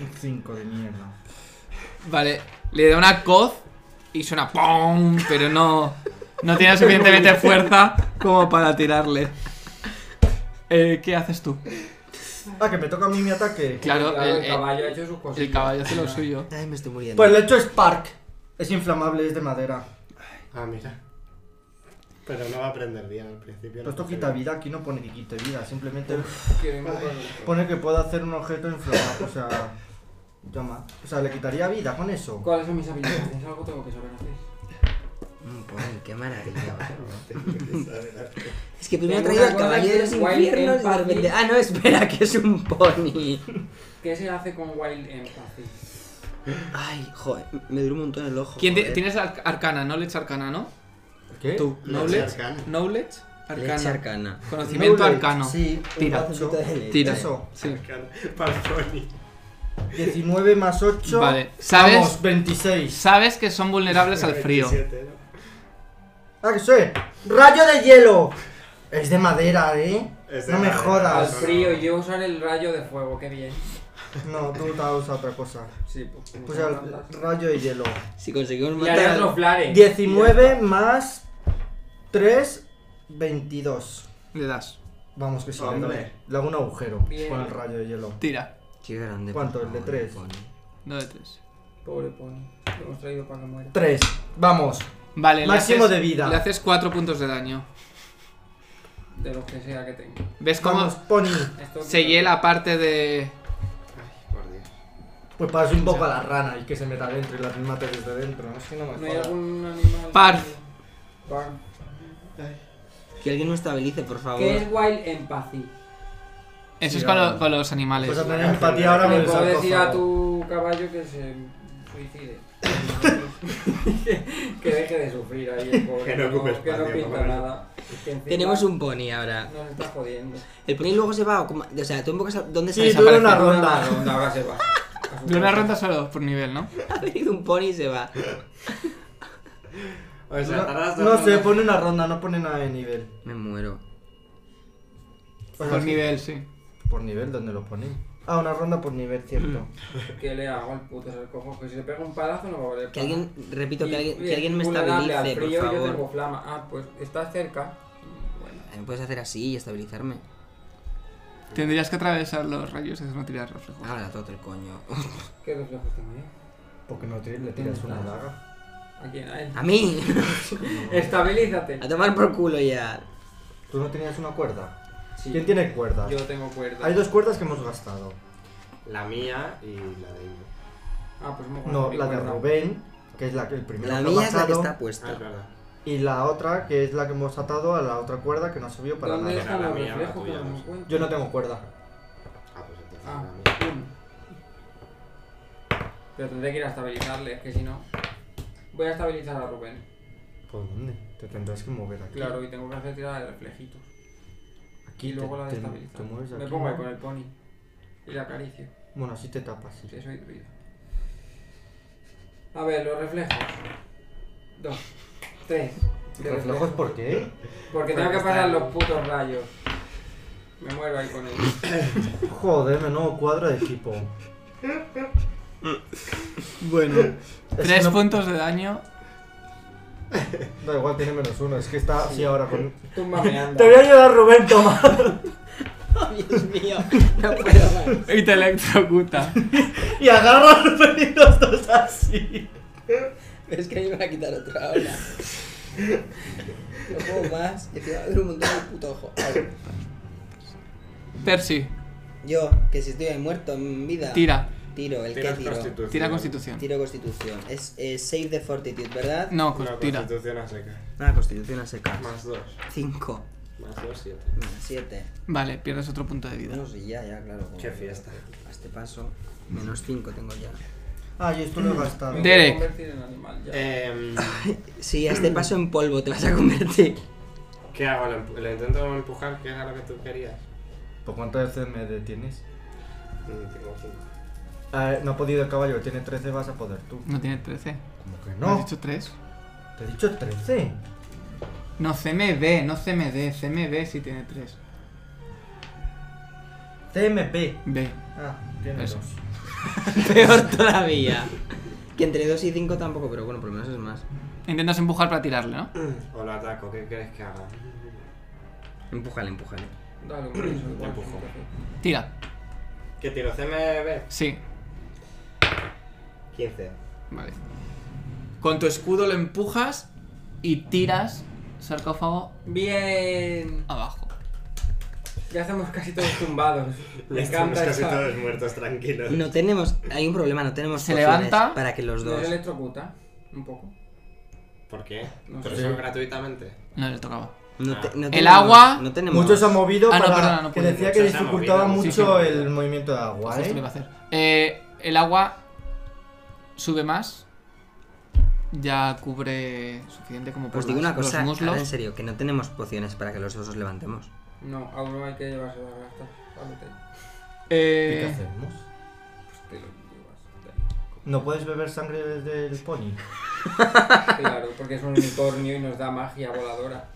C: un 5 de mierda.
A: Vale. Le da una coz y suena ¡pum! Pero no. No tiene suficientemente fuerza como para tirarle. Eh, ¿Qué haces tú?
C: Ah, que me toca a mí mi ataque.
A: Claro,
E: Claro,
A: el,
E: el caballo ha hecho sus cosas.
A: el caballo hace lo suyo.
D: Ay, me estoy muriendo.
C: Pues le echo Spark. Es inflamable, es de madera.
G: Ah, mira.
F: Pero no va a aprender bien al principio.
C: Pero esto
F: no
C: quita
F: <laughs>
C: vida, aquí no pone que quite vida, simplemente
E: Quiero invocar-
C: pone que puedo hacer un objeto inflamable, o sea... Llama. O sea, le quitaría vida con eso.
E: ¿Cuáles son mis habilidades? Algo tengo que saber hacer.
D: Un pony, Mm, qué maravilla.
F: Vale,
D: Es que primero ha
E: Tengo
D: traído el
E: una cosa
D: caballo de
E: que
D: los
E: es Wild
D: infiernos y de
E: Empathy.
D: repente- Ah, no, espera, que es un pony.
E: ¿Qué se hace con Wild Empathy?
D: Ay, joder, me duró un montón el ojo.
A: ¿Quién ti-
D: joder.
A: tienes arc- arcana? Knowledge arcana, ¿no?
C: ¿Qué?
A: Tú. Knowledge.
F: arcana.
A: Knowledge arcana.
D: Leche arcana.
A: Conocimiento
C: Knowledge,
A: arcano.
C: Sí, un
A: Tira.
C: ocho.
A: Tira.
C: Eso.
A: Sí.
F: Para el pony.
C: 19 más 8.
A: Vale, ¿sabes?
C: Vamos, 26.
A: Sabes que son vulnerables al frío.
F: 27, ¿no?
C: Ah, que soy. ¡Rayo de hielo! Es de madera, ¿eh?
F: Es de
C: no me
F: madera.
E: Al
C: jodas.
F: Ah, no.
E: frío, yo usar el rayo de fuego, qué bien.
C: No, tú te vas a otra cosa.
E: Sí, pues. como
C: Pues
E: son
C: el
E: plantas.
C: rayo de hielo.
D: Si conseguimos
E: Y haré
D: matar.
E: otro flare.
C: 19 más 3, 22.
A: Le das.
C: Vamos, que sí, le
F: Hombre.
C: doy. Le hago un agujero
E: Bien.
C: con el rayo de hielo.
A: Tira.
D: Qué grande.
C: ¿Cuánto?
D: por
C: ¿El de
D: favor,
C: tres?
D: pony.
A: No de tres.
E: Pobre pony. Lo hemos traído para que muera.
C: 3. Vamos.
A: Vale, le
C: Máximo
A: haces-
C: de vida.
A: Le haces 4 puntos de daño.
E: De los que sea que tenga.
A: ¿Ves cómo
C: Vamos, pony.
E: Esto
A: se hiela parte de.
G: Ay, por Dios.
C: Pues paso un poco a la rana y que se meta dentro y la mate desde dentro. No es que no me
E: ¿No hay
C: jodas.
E: algún animal?
A: Par.
E: Par.
D: Que alguien nos estabilice, por favor.
E: ¿Qué es Wild Empathy?
A: Eso
C: Sí,
A: es con, lo-
C: ahora.
A: con los animales.
C: Pues a tener empatía ahora con
E: Le
C: el
E: puedo decir a
C: sarcófago.
E: tu caballo que se suicide. <laughs> que deje de sufrir ahí el pobre.
F: <laughs> Que no ocupe
E: que no
F: espacio,
E: pinta
F: pobre.
E: nada. Que encima
D: Tenemos un pony ahora.
E: Nos está jodiendo.
D: El pony luego se va. o como- O sea, tú invocas. a- ¿Dónde
C: Sí,
D: se
C: dura una
D: desaparece?
E: Una
C: ronda.
E: ronda, ahora se va.
A: De una ronda solo por nivel, ¿no?
D: <laughs> Ha venido un pony y se va.
E: Pues
G: O sea, tardas
C: Pues No,
G: dos
C: no sé,
G: rondas.
C: pone una ronda, no pone nada de nivel.
D: Me muero.
C: O sea,
A: Por
C: sí.
A: nivel, sí.
C: Por nivel, ¿dónde lo pone? Ah, una ronda por nivel, cierto.
E: Mm. ¿Qué le hago al puto sarcófago? Que si le pego un palazo no va a valer.
D: Que
E: para nada.
D: alguien, repito, que
E: Y-
D: alguien,
E: y
D: que alguien me
E: vulnerable al
D: estabilice, por
E: frío, Yo tengo
D: favor.
E: flama. Ah, pues está cerca. Bueno,
D: Me puedes hacer así y estabilizarme.
A: Tendrías que atravesar los rayos y hacer una tirada de reflejo.
D: Ahora todo el coño. <laughs>
E: ¿qué reflejos tengo yo?
C: Porque no te- le tiras una daga.
E: ¿A quién? A él.
D: ¡A mí!
E: Estabilízate.
D: A tomar por culo ya.
C: ¿Tú no tenías una cuerda?
E: Sí,
C: ¿Quién tiene cuerdas?
E: Yo tengo cuerda.
C: Hay dos cuerdas que hemos gastado.
G: La mía y la de ellos.
E: Ah, pues hemos
C: No,
E: guardado mi
C: la de
E: cuerda.
C: Rubén, que es la que el primero
D: La
C: que ha
D: mía es la que
C: gastado,
D: está
G: Ah, es
D: puesta.
G: verdad.
C: y la otra que es la que hemos atado a la otra cuerda que no sirvió para
E: ¿Dónde
C: nada.
G: es?
E: están
G: Era la
E: los
G: mía, la
E: reflejos que
G: tuya,
E: no
G: no
E: me
G: sé.
E: encuentro?
C: Yo no tengo cuerda.
G: Ah, pues entonces
E: Ah,
G: la mía.
E: uno. Pero tendré que ir a estabilizarle, es que si no. Voy a estabilizar a Rubén.
C: ¿Por dónde? Te tendrás que mover aquí.
E: Claro, y tengo que hacer tirada de reflejitos.
C: aquí
E: Y luego
C: te-
E: la
C: te-
E: destabilizo.
C: te mueves
E: Me
C: aquí,
E: pongo ahí
C: ¿no?
E: con el pony. Y la acaricio.
C: Bueno, así te tapas. sí.
E: Sí, soy druida. A ver, los reflejos. Dos, tres. de
C: ¿Reflejos
E: reflejo.
C: por qué?
E: Porque tengo que parar los putos rayos. Me muero ahí con él.
C: Joder, menudo cuadro de equipo.
A: Bueno.
C: Es
A: Tres
C: que no-
A: puntos de daño.
C: Da <laughs> igual, tiene menos uno, es que está así ahora con...
E: Túmbame, anda.
C: Te voy a ayudar, Rubén, toma.
D: <laughs> Dios mío, no puedo más.
A: Y te electrocuta.
C: <laughs> Y agarro los pedidos dos así.
D: Es que me iban a quitar otra ahora. No puedo más. Y encima duro un montón de puto ojo. Ay,
A: Percy,
D: Yo, que si estoy muerto en vida.
A: tira.
D: Tiro, el que
G: Tiras
D: tiro.
G: constitución.
A: Tira constitución.
D: Tiro constitución. Es eh, save de fortitude, ¿verdad?
A: No,
G: No,
A: cos- pues tira.
G: constitución a seca.
D: Ah, constitución a seca.
G: Más dos.
D: 5.
G: Más dos, siete.
D: 7.
A: Vale, pierdes otro punto de vida.
D: No sé, ya, ya, claro.
G: Qué fiesta.
D: A este paso, menos 5 tengo ya.
C: Ah, yo esto lo he gastado.
A: De- Derek.
E: convertir en animal ya.
G: Em,
D: Sí, a este paso en polvo te vas a convertir.
G: <laughs>
D: <laughs>
G: ¿Qué hago? ¿Lo, empu- lo intento empujar? ¿Qué era lo que tú querías?
C: ¿Por cuántas veces me detienes?
G: Mm, Tengo cinco.
C: Ah, no ha podido el caballo, tiene 13, vas a poder tú.
A: No tiene 13.
C: ¿Cómo que
A: ¿No
C: no?
A: Mm. has dicho 3?
C: Te he dicho 13.
A: No, CMB, no CMD. CMB sí tiene 3.
C: CMP.
A: B.
C: Ah, tiene
A: Eso.
C: dos.
D: Peor todavía. Que entre 2 y 5 tampoco, pero bueno, por lo menos es más.
A: Intentas empujar para tirarle, ¿no?
G: O lo ataco, ¿qué crees que haga?
D: Empújale, empújale.
E: Dale un beso, igual,
G: Empujo.
E: sí, perfecto.
A: Tira.
G: ¿Qué tiro? ¿CMB?
A: Sí.
G: 15.
A: Vale. Con tu escudo lo empujas y tiras sarcófago
E: Bien.
A: abajo.
E: Ya estamos casi todos
C: <laughs>
E: tumbados. Me
G: Estamos
E: encanta
G: casi
E: esa.
G: todos muertos, tranquilos.
D: No tenemos. Hay un problema, no tenemos.
A: Se
D: pociones
A: levanta.
D: Para que los
E: Me
D: dos.
E: electrocuta. Un poco.
G: ¿Por qué?
E: No
G: ¿Pero
E: sé.
G: son gratuitamente?
A: No le tocaba.
D: No te- no
A: El
D: tenemos-
A: agua-
D: No tenemos.
C: Mucho se ha movido
A: Ah, no,
C: para
A: perdona, no
C: que
A: puede.
C: decía
G: Mucho
C: que
G: se ha
C: dificultaba
G: movido.
C: mucho
A: Sí, sí.
C: el movimiento de agua,
A: Justo lo iba a
C: ¿eh?
A: hacer. Eh, el agua sube más. Ya cubre suficiente como por
D: Os Pues digo
A: las-
D: una cosa,
A: los
D: ahora en
A: muslos.
D: serio, que no tenemos pociones para que los dos os levantemos.
E: No, ahora hay que llevarse la gasta. Vale, te-
C: ¿Y ¿Qué
A: Eh,
C: hacemos?
E: pues te lo llevas.
C: ¿No puedes beber sangre desde el pony?
E: Claro, porque es un unicornio y nos da magia voladora.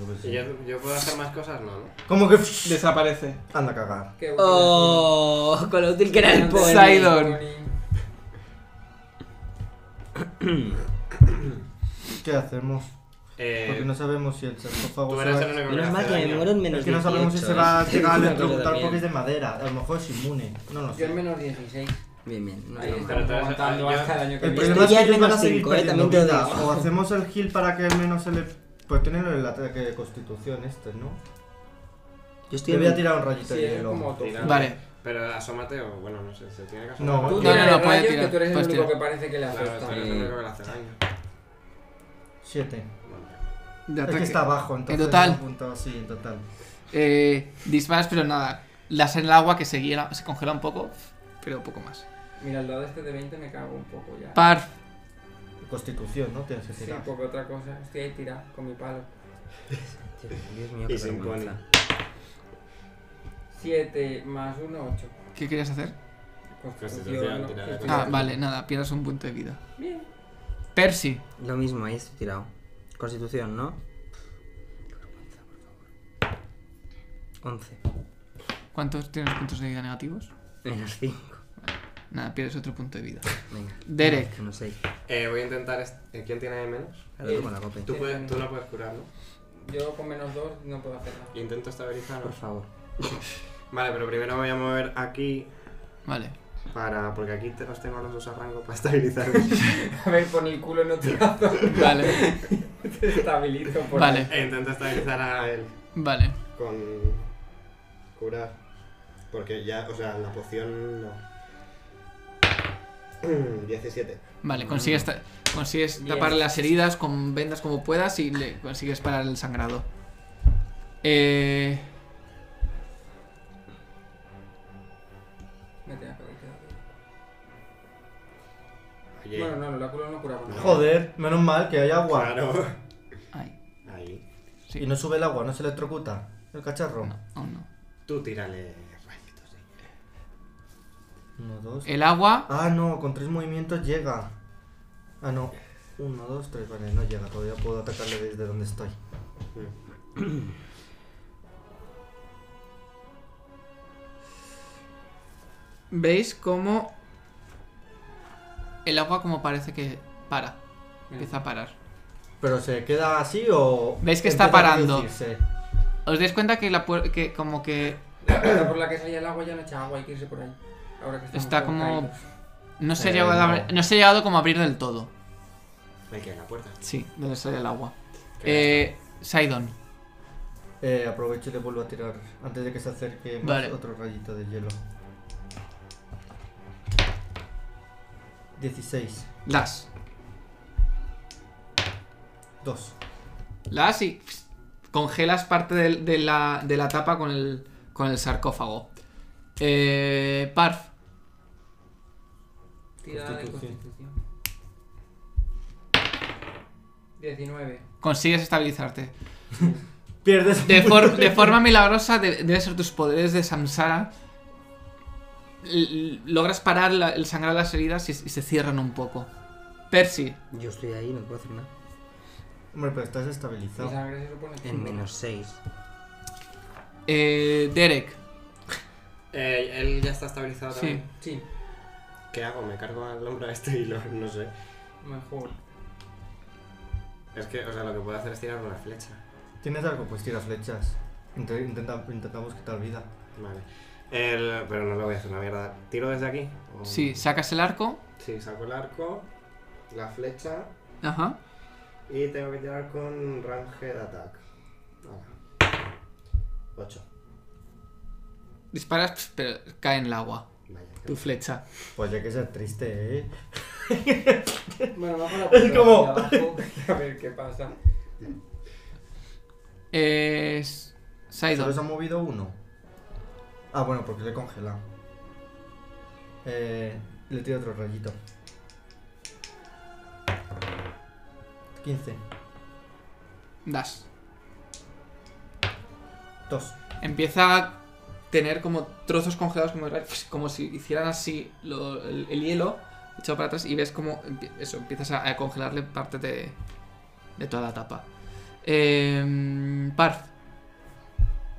C: Yo qué sé.
G: ¿Y yo, yo puedo hacer más cosas? No, ¿no?
C: ¿Cómo que.?
A: desaparece.
C: Anda a cagar.
E: Qué
D: Oh, con lo útil que era el
E: Grande
D: pony.
A: Sidon.
C: ¿Qué hacemos?
G: Eh,
C: Porque no sabemos si el sarcófago
G: tú
C: se
G: eres el
C: va-
G: único que
D: Menos
G: hace
D: mal que me
G: daño.
D: muero en menos
C: Es que no sabemos si
D: 18,
C: se va a
D: ¿eh?
C: llegar a
D: Tengo
C: electrocutar
D: bien.
C: porque es de madera. A lo mejor es inmune. No lo
E: Yo en
C: sé.
E: menos 16.
D: Bien, bien. no
E: Ahí
D: tengo
G: está.
E: estamos
G: Pero
E: aguantando
G: entonces,
E: hasta el año que
C: El
D: Esto
E: viene.
C: problema es
D: ya
C: que ellos
D: es
C: van a
D: menos
C: seguir
D: cinco, ¿eh?
C: perdiendo
D: También te lo
C: vida.
D: digo.
C: O hacemos el heal para que al menos se le... Pues tienen el ataque de constitución este, ¿no?
D: más. Yo estoy
C: Te voy a
D: en...
C: tirar un rayito
E: Sí,
C: de
E: es
C: hielo.
E: como tú.
G: Tira.
A: Vale.
G: Pero asómate o, bueno, no sé, se tiene que
C: No,
G: asomar.
A: no,
C: no, eh,
E: Tú tienes
A: no, puede
E: rayos
A: tirar,
E: que tú eres
A: puedes
E: el único
A: tirar.
E: que parece que le
G: Claro, tú
E: afecta.
G: eres el único que le hace daño.
C: Siete.
G: Bueno,
A: De
C: Es
A: ataque.
C: que está abajo, entonces...
A: En total.
C: no apunta, sí, en total.
A: Eh, disparas, pero nada. Las en el agua que se hiela- se congela un poco, pero poco más.
E: Mira, el dado este de 20 me cago un poco ya.
A: Parf,
C: Constitución, ¿no? Tienes que
E: Sí,
C: tirar.
E: porque otra cosa. Estoy ahí tirado con mi palo.
D: Dios mío,
G: Y
D: qué
G: sin
D: vergüenza.
E: 7 más 1, 8.
A: ¿qué querías hacer?
E: Constitución. ¿no?
G: tirada.
D: Pues
E: Constitución.
A: Ah, vale, nada, pierdes un punto de vida.
E: Bien.
A: Percy,
D: Lo mismo, ahí estoy tirado. Constitución, ¿no? 11.
A: ¿cuántos tienes puntos de vida negativos?
D: Menos 5.
A: Nada, pierdes otro punto de vida.
D: Venga.
A: Derek.
D: No, que no sé.
G: Eh, voy a intentar... est- eh, ¿Quién tiene menos?
D: Ahora
E: Eh,
D: con la copa.
G: Tú, puedes, tú no puedes curar, ¿no?
E: Yo con menos 2 no puedo hacer nada. <laughs>
G: Intento estabilizar.
D: Por favor.
G: Vale, pero primero voy a mover aquí
D: <laughs>
A: Vale.
G: para... Porque aquí te- os tengo a los dos a rango
A: <laughs>
G: para <laughs> estabilizarme.
E: A ver, pon el culo en otro lado. <laughs>
A: Vale,
E: Te estabilizo por ahí.
A: vale,
G: e intento estabilizar a él
A: vale.
G: con... Curar. Porque ya, o sea, la poción no. <clears throat> 17.
A: Vale, consigues, ta- consigues
E: Bien.
A: taparle las heridas con vendas como puedas y le consigues parar el sangrado. Eh,
E: Me tenía que haber quedado.
G: Oye,
E: Bueno, no, el oráculo no curaba nada.
C: Joder, menos mal que hay agua.
G: claro.
A: ay,
G: Ahí.
A: sí.
C: Y no sube el agua, no se electrocuta. El cacharro.
A: No, aún no.
G: Tú tírale rayitos. eh.
C: Uno, dos.
A: El agua,
C: Ah, no, con tres movimientos llega. Ah, no. Uno, dos, tres. Vale, no llega. Todavía puedo atacarle desde donde estoy.
G: Mm.
A: veis cómo el agua como parece que para, empieza a parar.
C: ¿Pero se queda así o.?
A: ¿Veis que está
C: empieza a
A: parando?
C: reducirse?
A: Os dais cuenta que la puer- que como que
E: La puerta por la que salía el agua ya no echa agua, hay que irse por ahí. Ahora que estamos
A: Está
E: todos
A: como.
E: caídos.
A: No se, ha
G: Eh,
A: llegado a-
G: no.
A: no se ha llegado como a abrir del todo.
G: Hay que ir a la puerta.
A: Sí, donde sale el agua.
G: Que
A: Eh. Sidon.
C: Eh, aprovecho y le vuelvo a tirar antes de que se acerque más
A: Vale.
C: otro rayito de hielo. 16,
A: Las.
C: 2.
A: Las y. pss, Congelas parte del- de, la, de la tapa con el, con el sarcófago. Eh. Parf.
E: Tirada de
C: Constitución.
E: constitución. 19.
A: Consigues estabilizarte.
C: Pierdes.
A: De, for- de forma milagrosa, de- debe ser tus poderes de Samsara. L- logras parar la- el sangrar de las heridas y, y se cierran un poco. Percy,
D: Yo estoy ahí, no puedo hacer nada.
C: Hombre, pero estás
E: Mi
C: estabilizado.
E: sangre se supone que-
D: En menos 6.
A: eh, Derek,
G: Eh, él ya está estabilizado
A: Sí.
G: también.
E: Sí,
G: ¿Qué hago? ¿Me cargo al hombro este y lo, no sé?
E: mejor.
G: Es que, o sea, lo que puedo hacer es tirar una flecha.
C: ¿Tienes algo? Pues tira flechas. Inte- intenta- intentamos quitar vida.
G: Vale. El- pero no lo voy a hacer una mierda. ¿Tiro desde aquí? ¿O-
A: sí, sacas el arco.
G: Sí, saco el arco, la flecha
A: Ajá.
G: y tengo que tirar con range de ataque. 8.
A: Disparas, pf, pero cae en el agua.
G: Vaya.
A: Tu flecha.
C: Pues ya que sea triste, ¿eh?
E: Bueno, bajo <laughs> la
C: Es como-
E: puerta hacia abajo, A ver qué pasa.
A: Eh, S-
C: Solo se ha
A: Sidon,
C: movido uno. Ah, bueno, porque le he congelado. Eh, le tiro otro rayito. 15,
A: das.
C: 2.
A: Empieza a tener como trozos congelados, como, como si hicieran así lo- el, el hielo echado para atrás y ves como empie- eso, empiezas a, a congelarle parte de, de toda la tapa. Eh, Parf,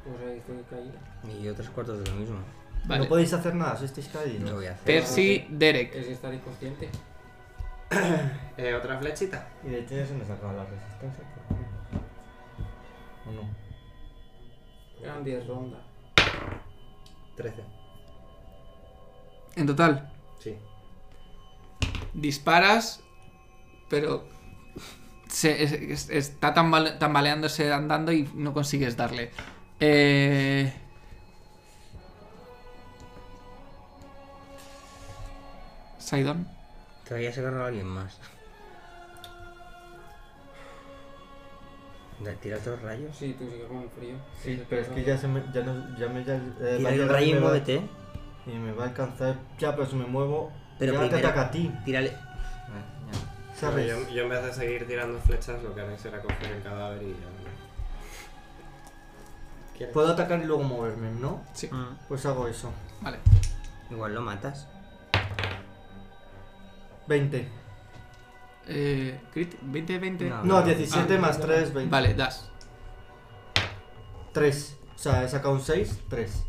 E: Pues ahí estoy caído.
D: Y yo tres cuartos de lo mismo.
A: vale.
C: No podéis hacer nada, sois estáis
D: No
C: caídos.
D: voy a hacer.
A: Percy, Derek.
E: Es estar inconsciente.
G: Eh, ¿Otra flechita?
C: Y de hecho ya se me sacaba la resistencia. ¿O no?
E: Eran 10 rondas.
G: 13.
A: En total,
G: Sí.
A: disparas, pero se, es- es- está tambale- tambaleándose andando y no consigues darle. Eh, Sidon.
D: Todavía se agarró alguien más. Da- Tira otros rayos.
E: Sí, tú sigues con frío.
C: Sí, pero es que ya se me. Ya no. Ya me. Ya, eh, va
D: Tira
C: a llegar
D: el
C: y
D: rayo y
C: me va-
D: muévete.
C: Y me va a alcanzar. Ya, pero si me muevo.
D: Pero
C: ya te
D: primero-
C: ataca a ti.
D: Tírale. Ah, ya.
C: ¿Sabes?
G: Yo, yo en vez de seguir tirando flechas, lo que haré será coger el cadáver y ya. ¿Quieres?
C: Puedo atacar y luego moverme, ¿no?
A: Sí,
C: Pues hago eso.
A: vale.
D: Igual lo matas.
C: 20.
A: Eh, crit- 20, 20.
D: No.
C: No, 17
A: Ah.
C: más 3, 20.
A: Vale, das.
C: 3. O sea, he sacado un 6, 3.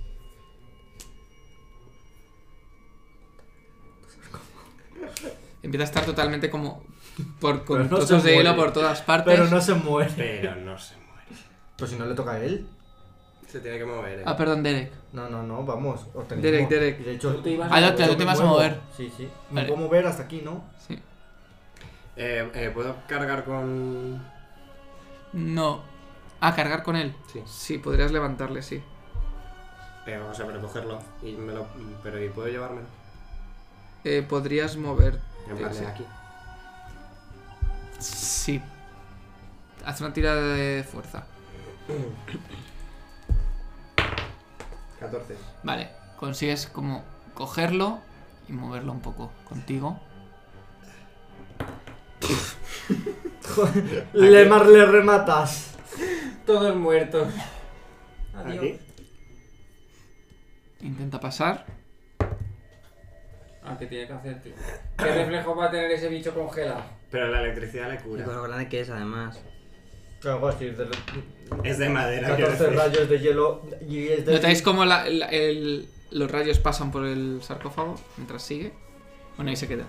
A: Empieza a estar totalmente como por
C: Pero
A: con
C: no
A: trozos
C: se
A: de hielo
C: muere.
A: por todas partes.
C: Pero no se muere.
G: Pero no se muere.
C: Pues si no le toca a él.
G: Se tiene que mover, eh.
A: Ah, perdón, Derek.
C: No, no, no, vamos. Ortenismo.
A: Derek, Derek.
C: Y De hecho,
E: Tú te ibas
A: Ah,
E: a-
A: ya te-
C: yo
A: tú te
C: me
A: vas a
C: muevo.
A: mover.
C: Sí, sí. Me
A: Vale.
C: puedo mover hasta aquí, ¿no?
A: Sí.
G: Eh, eh, ¿Puedo cargar con...?
A: No. Ah, cargar con él.
G: Sí.
A: Sí, podrías levantarle, sí.
G: Eh, o sea, pero cogerlo. Y me lo... Pero ¿y puedo llevármelo?
A: Eh, podrías mover.
G: En plan de
A: sí.
G: aquí.
A: Sí. Haz una tirada de fuerza.
G: 14.
A: Vale, consigues como cogerlo y moverlo un poco contigo.
C: Lemar le rematas.
E: Todos muertos.
G: ¿Aquí?
E: Adiós.
A: Intenta pasar.
E: Ah, que tiene que hacer, tío. ¿Qué reflejo va a tener ese bicho congelado?
G: Pero la electricidad le
D: Y
G: cura.
D: con lo grande que es, además.
C: Claro, así, de los
G: Es de madera. quiero
C: 14
G: decir.
C: rayos de hielo. Y es de.
A: Notáis cómo la- la- el- los rayos pasan por el sarcófago mientras sigue. Bueno, ahí se queda.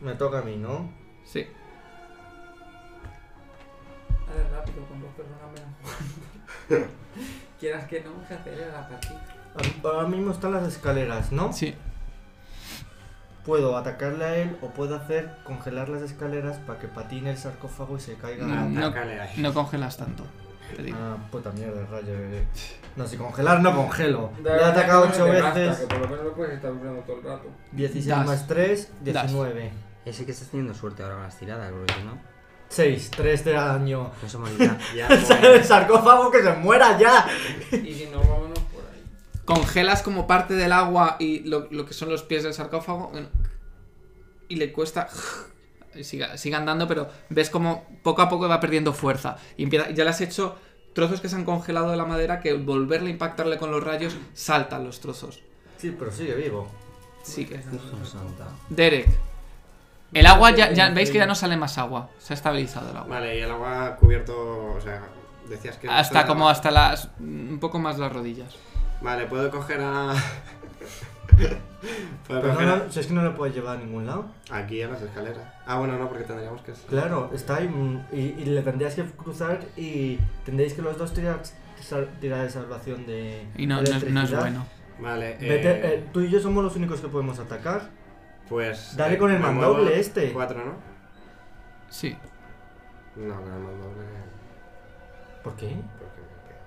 C: Me toca a mí, ¿no?
A: Sí.
E: A ver, rápido, con dos personas menos. Quieras que no, se acelera la partida.
C: Ahora mismo están las escaleras, ¿no?
A: Sí.
C: Puedo atacarle a él o puedo hacer congelar las escaleras para que patine el sarcófago y se caiga.
G: Ah,
A: No, no.
G: Atácale ahí.
A: No congelas tanto. Te digo.
C: Ah, puta mierda, rayo. eh. No, si congelar no congelo. Le
E: Dale
C: he atacado
E: ataque
C: 8
E: de basta,
C: veces.
E: Que por lo menos lo puedes estar usando todo el rato.
C: 16
A: Das.
C: más 3,
A: Das.
C: 19.
H: Ese que estás teniendo suerte ahora con las tiradas, porque si no,
C: 6, 3 de daño. <laughs>
H: no se <laughs> morirá.
G: Ya,
C: ¡El
G: pues,
C: sarcófago que se muera ya!
E: Y si no, vámonos por ahí.
A: Congelas como parte del agua y lo, lo que son los pies del sarcófago. bueno, y le cuesta. y Siga, sigue andando, pero ves como poco a poco va perdiendo fuerza. Y empieza- ya le has hecho trozos que se han congelado de la madera que volverle a impactarle con los rayos saltan los trozos.
C: Sí, pero sigue vivo.
A: Sí que.
H: Hijo santa.
A: Derek. El agua ya, ya- veis que ya no sale más agua. Se ha estabilizado el agua.
G: Vale, y el agua ha cubierto. O sea, decías que.
A: Hasta
G: estaba-
A: como hasta las. un poco más las rodillas.
G: Vale, puedo coger a. <laughs> puedo
C: Pero no,
G: coger
C: lo- si es que no lo puedes llevar a ningún lado.
G: a- aquí a las escaleras. Ah, bueno, no, porque tendríamos que.
C: Claro, está ahí mm, y, y le tendrías que cruzar y tendréis que los dos tirar, sal- tirar de salvación de.
A: Y no, no es- no es
C: electricidad.
A: bueno.
G: Vale, eh.
C: Vete- eh, tú y yo somos los únicos que podemos atacar.
G: Pues.
C: Dale
G: eh,
C: con el
G: me
C: mandoble
G: muevo
C: este.
G: Cuatro, ¿no?
A: Sí.
G: No, con el mandoble.
C: ¿Por qué?
G: Porque me quedo.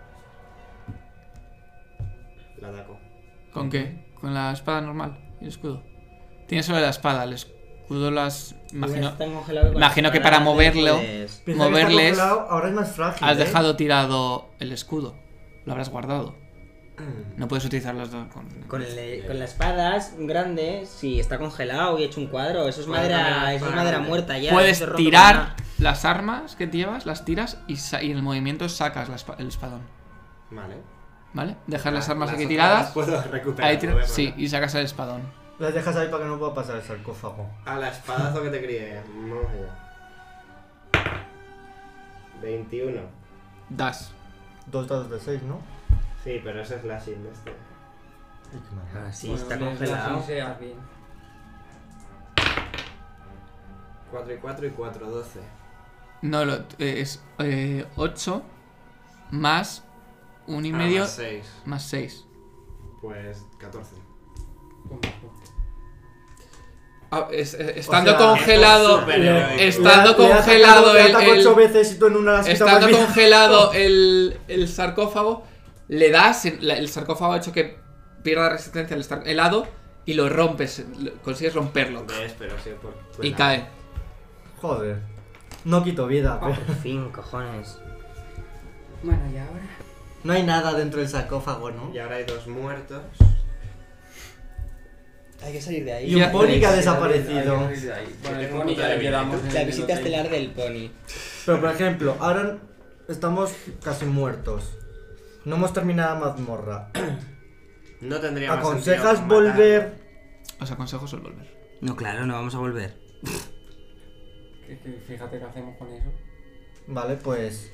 G: La ataco.
A: ¿Con qué? ¿Con la espada normal? ¿Y el escudo? Tienes solo la espada, el escudo las... Imagino,
H: Está congelado con
A: imagino
H: las
A: que para
H: tiradas,
A: moverlo-
H: puedes-
C: Piensa que está
A: Moverles.
C: congelado, ahora es más frágil.
A: has
C: ¿eh?
A: dejado tirado el escudo. Lo habrás guardado. No puedes utilizar los dos con...
H: Con, el- con las espadas, un grande, sí, está congelado y hecho un cuadro. Eso es
G: Cuadro
H: madera, eso
G: grande,
H: es
G: cuadro
H: madera
G: grande.
H: muerta ya.
A: puedes
H: eso se rompe con
A: tirar
H: nada.
A: las armas que te llevas, las tiras y, sa- y en el movimiento sacas la espa- el espadón.
G: Vale.
A: ¿vale? Dejas las armas aquí
G: otras Ah,
A: tiradas.
G: las Puedo recuperar.
A: Ahí tira-
G: joder,
A: sí,
G: vale.
A: y sacas el espadón.
C: Las dejas ahí para que no pueda pasar el sarcófago.
G: A la espadazo que te crié. Vamos allá. 21.
A: Das.
C: Dos dados de seis, ¿no?
G: Sí, pero ese es la sin de este.
C: Ay, qué mal.
H: Ah, sí,
E: Bueno,
H: está
E: les-
H: congelado.
E: así sea bien.
G: 4 y 4 y 4, 12.
A: No, lo, eh, es 8 más 1
G: Ah,
A: y medio
G: 6.
A: más 6.
G: Pues 14.
E: Con bajo.
A: Ah, es- es- estando
C: O sea,
A: congelado,
G: súper heroico.
A: estando
C: Le ha- le ha atacado-
A: congelado
C: le
A: el-
C: ataco
A: el-
C: ocho veces y tú en una las quitabas
A: estando
C: bien.
A: congelado el, el sarcófago, le das, en- la- el sarcófago ha hecho que pierda resistencia al estar helado y lo rompes, lo- consigues romperlo
G: ¿Ves? Pero sí, pues, por. por
A: y
G: la-
A: cae.
C: <laughs> Joder. No quito vida. pero-
H: Por fin, cojones.
E: Bueno, y ahora.
C: No hay nada dentro del sarcófago, ¿no?
G: Y ahora hay dos muertos.
D: Hay que salir de ahí.
C: Y un
A: Ya-
C: pony que ha
D: Sí,
C: desaparecido.
E: Hay que salir de ahí. Bueno, el
G: Tengo
E: pony
G: puta
E: ya
G: de
E: le
G: vida.
E: quedamos en
D: La
E: el
D: visita
E: hotel.
D: estelar del pony.
C: Pero por ejemplo, ahora estamos casi muertos. No hemos terminado la mazmorra.
G: No tendría más sentido
C: ¿Aconsejas
G: matar.
C: volver?
A: Os aconsejo el volver.
H: No, claro, no vamos a volver.
E: Que- que Fíjate qué hacemos con eso.
C: Vale, pues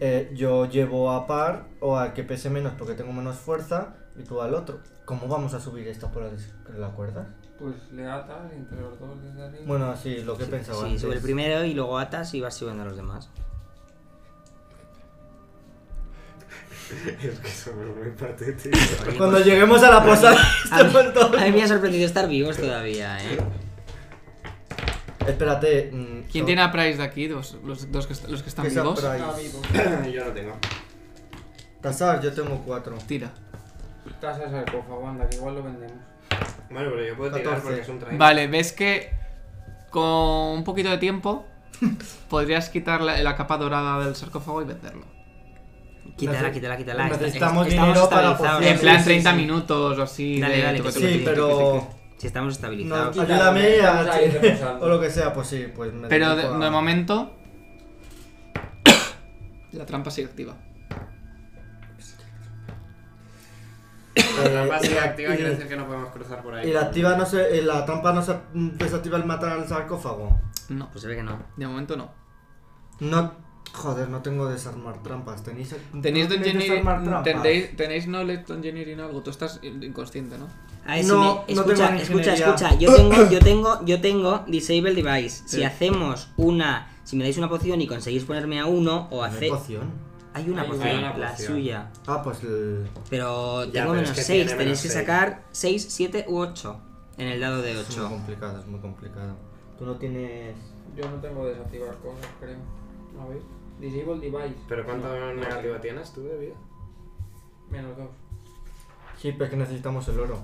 C: eh, yo llevo a par o al que pese menos porque tengo menos fuerza y tú al otro. ¿Cómo vamos a subir esta por la, la cuerda?
E: Pues le atas entre los dos desde arriba.
C: Bueno, sí, lo que he pensado
H: Sí,
C: antes.
H: sube el primero y luego atas y vas subiendo a los
D: <laughs>
H: demás.
G: <laughs> es que somos muy patéticos.
C: <laughs> Cuando lleguemos a la este posada,
H: A mí,
C: estamos todos-
H: a mí me ha sorprendido estar vivos todavía, ¿eh?
C: Espérate. mm,
A: ¿Quién
C: so-
A: tiene a Price de aquí? Dos- los, dos que, est- los que están
C: que sea
A: vivos.
C: Price.
E: Ah, vivo.
G: Yo no tengo.
C: Tasar, yo tengo cuatro.
A: Tira.
E: Casa de sarcófago, anda, que igual lo vendemos.
G: Bueno, pero yo puedo tirar
C: 14.
G: porque es un traidor.
A: Vale, ves que con un poquito de
C: <laughs>
A: tiempo podrías quitar la, la capa dorada del sarcófago y venderlo.
H: Quítala, quítala, quítala. Está-
C: Necesitamos
H: est- estamos
C: dinero para
H: estabilizados.
C: pociones.
A: En plan
C: Ah, sí,
A: 30
C: sí.
A: minutos o así.
H: Dale,
A: de
H: dale, que
A: tucu,
H: sí,
A: tucu,
C: Sí,
A: tucu, tucu, tucu.
C: pero.
H: Si estamos
C: No,
H: estabilizados.
E: Quita-
C: ayúdame a-
E: Vamos a ir reposando.
C: o lo que sea, pues sí, pues me
A: Pero de,
C: dedico a-
A: de momento. <coughs> La trampa sigue activa.
G: La trampa sigue
C: Eh, y-
G: activa,
C: y-
G: quiere decir que no podemos cruzar por ahí.
C: Y la activa no se, eh, la trampa no se mm, desactiva al matar al sarcófago.
A: No,
H: Pues se ve que no.
A: de momento no.
C: No, joder, no tengo desarmar trampas. Tenéis
A: Tenéis
C: ¿no tenéis
A: Dungeoneering.
C: desarmar trampas?
A: Tenéis, tenéis knowledge Dungeoneering o algo. Tú estás in- inconsciente, ¿no?
H: Ay, si
C: No,
H: me-
C: no tengo
H: escucha,
C: ni
H: escucha,
C: ingeniería.
H: escucha. Yo tengo, yo tengo, yo tengo disable device. Si
A: Sí.
H: hacemos una, si me dais una poción y conseguís ponerme a uno o
C: ¿Tenéis
H: hace,
C: poción?
H: Ah,
D: Hay una
E: Hay
D: poción,
G: una
D: la
G: poción.
D: suya.
C: Ah, pues el.
D: Pero tengo
G: Ya, pero
D: menos
G: es que
D: 6,
G: tiene
D: tenéis
G: menos
D: que
G: seis.
D: sacar 6, 7 u 8 en el dado de
C: Es muy
D: 8.
C: complicado, es muy complicado. Tú no tienes.
E: Yo no tengo desactivar cosas, creo. A ver. Disable device.
G: ¿Pero cuánto
E: No, no
G: negativa
E: tengo.
G: tienes tú de vida?
E: Menos dos.
C: Sí, pero es que necesitamos el oro.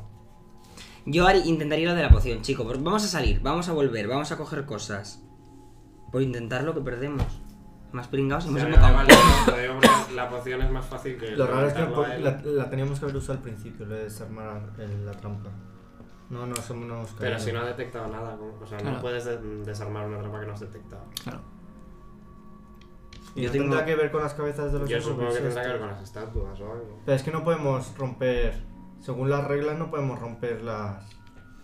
D: Yo Ari, intentaría lo de la poción, chico. por- Vamos a salir, vamos a volver, vamos a coger cosas. Por intentar lo que perdemos. Más pringados y hemos
G: Ya,
D: invocado.
G: vale, no, lo digo porque la poción es más fácil que.
C: Lo raro es que
G: levantarlo a él.
C: la, la teníamos que haber usado al principio, lo de desarmar el- la trampa. No, no, somos unos
G: Pero
C: cabrones.
G: si no ha detectado nada, ¿cómo? o sea,
A: Claro.
G: no puedes de- desarmar una trampa que no has detectado.
A: Claro.
C: Y
D: Yo
C: no
D: tengo-
C: tendrá que ver con las cabezas de los
G: Yo supongo que
C: Urubiks
G: tendrá que ver
C: estos.
G: con las estatuas o algo.
C: Pero es que no podemos romper. Según las reglas, no podemos romper las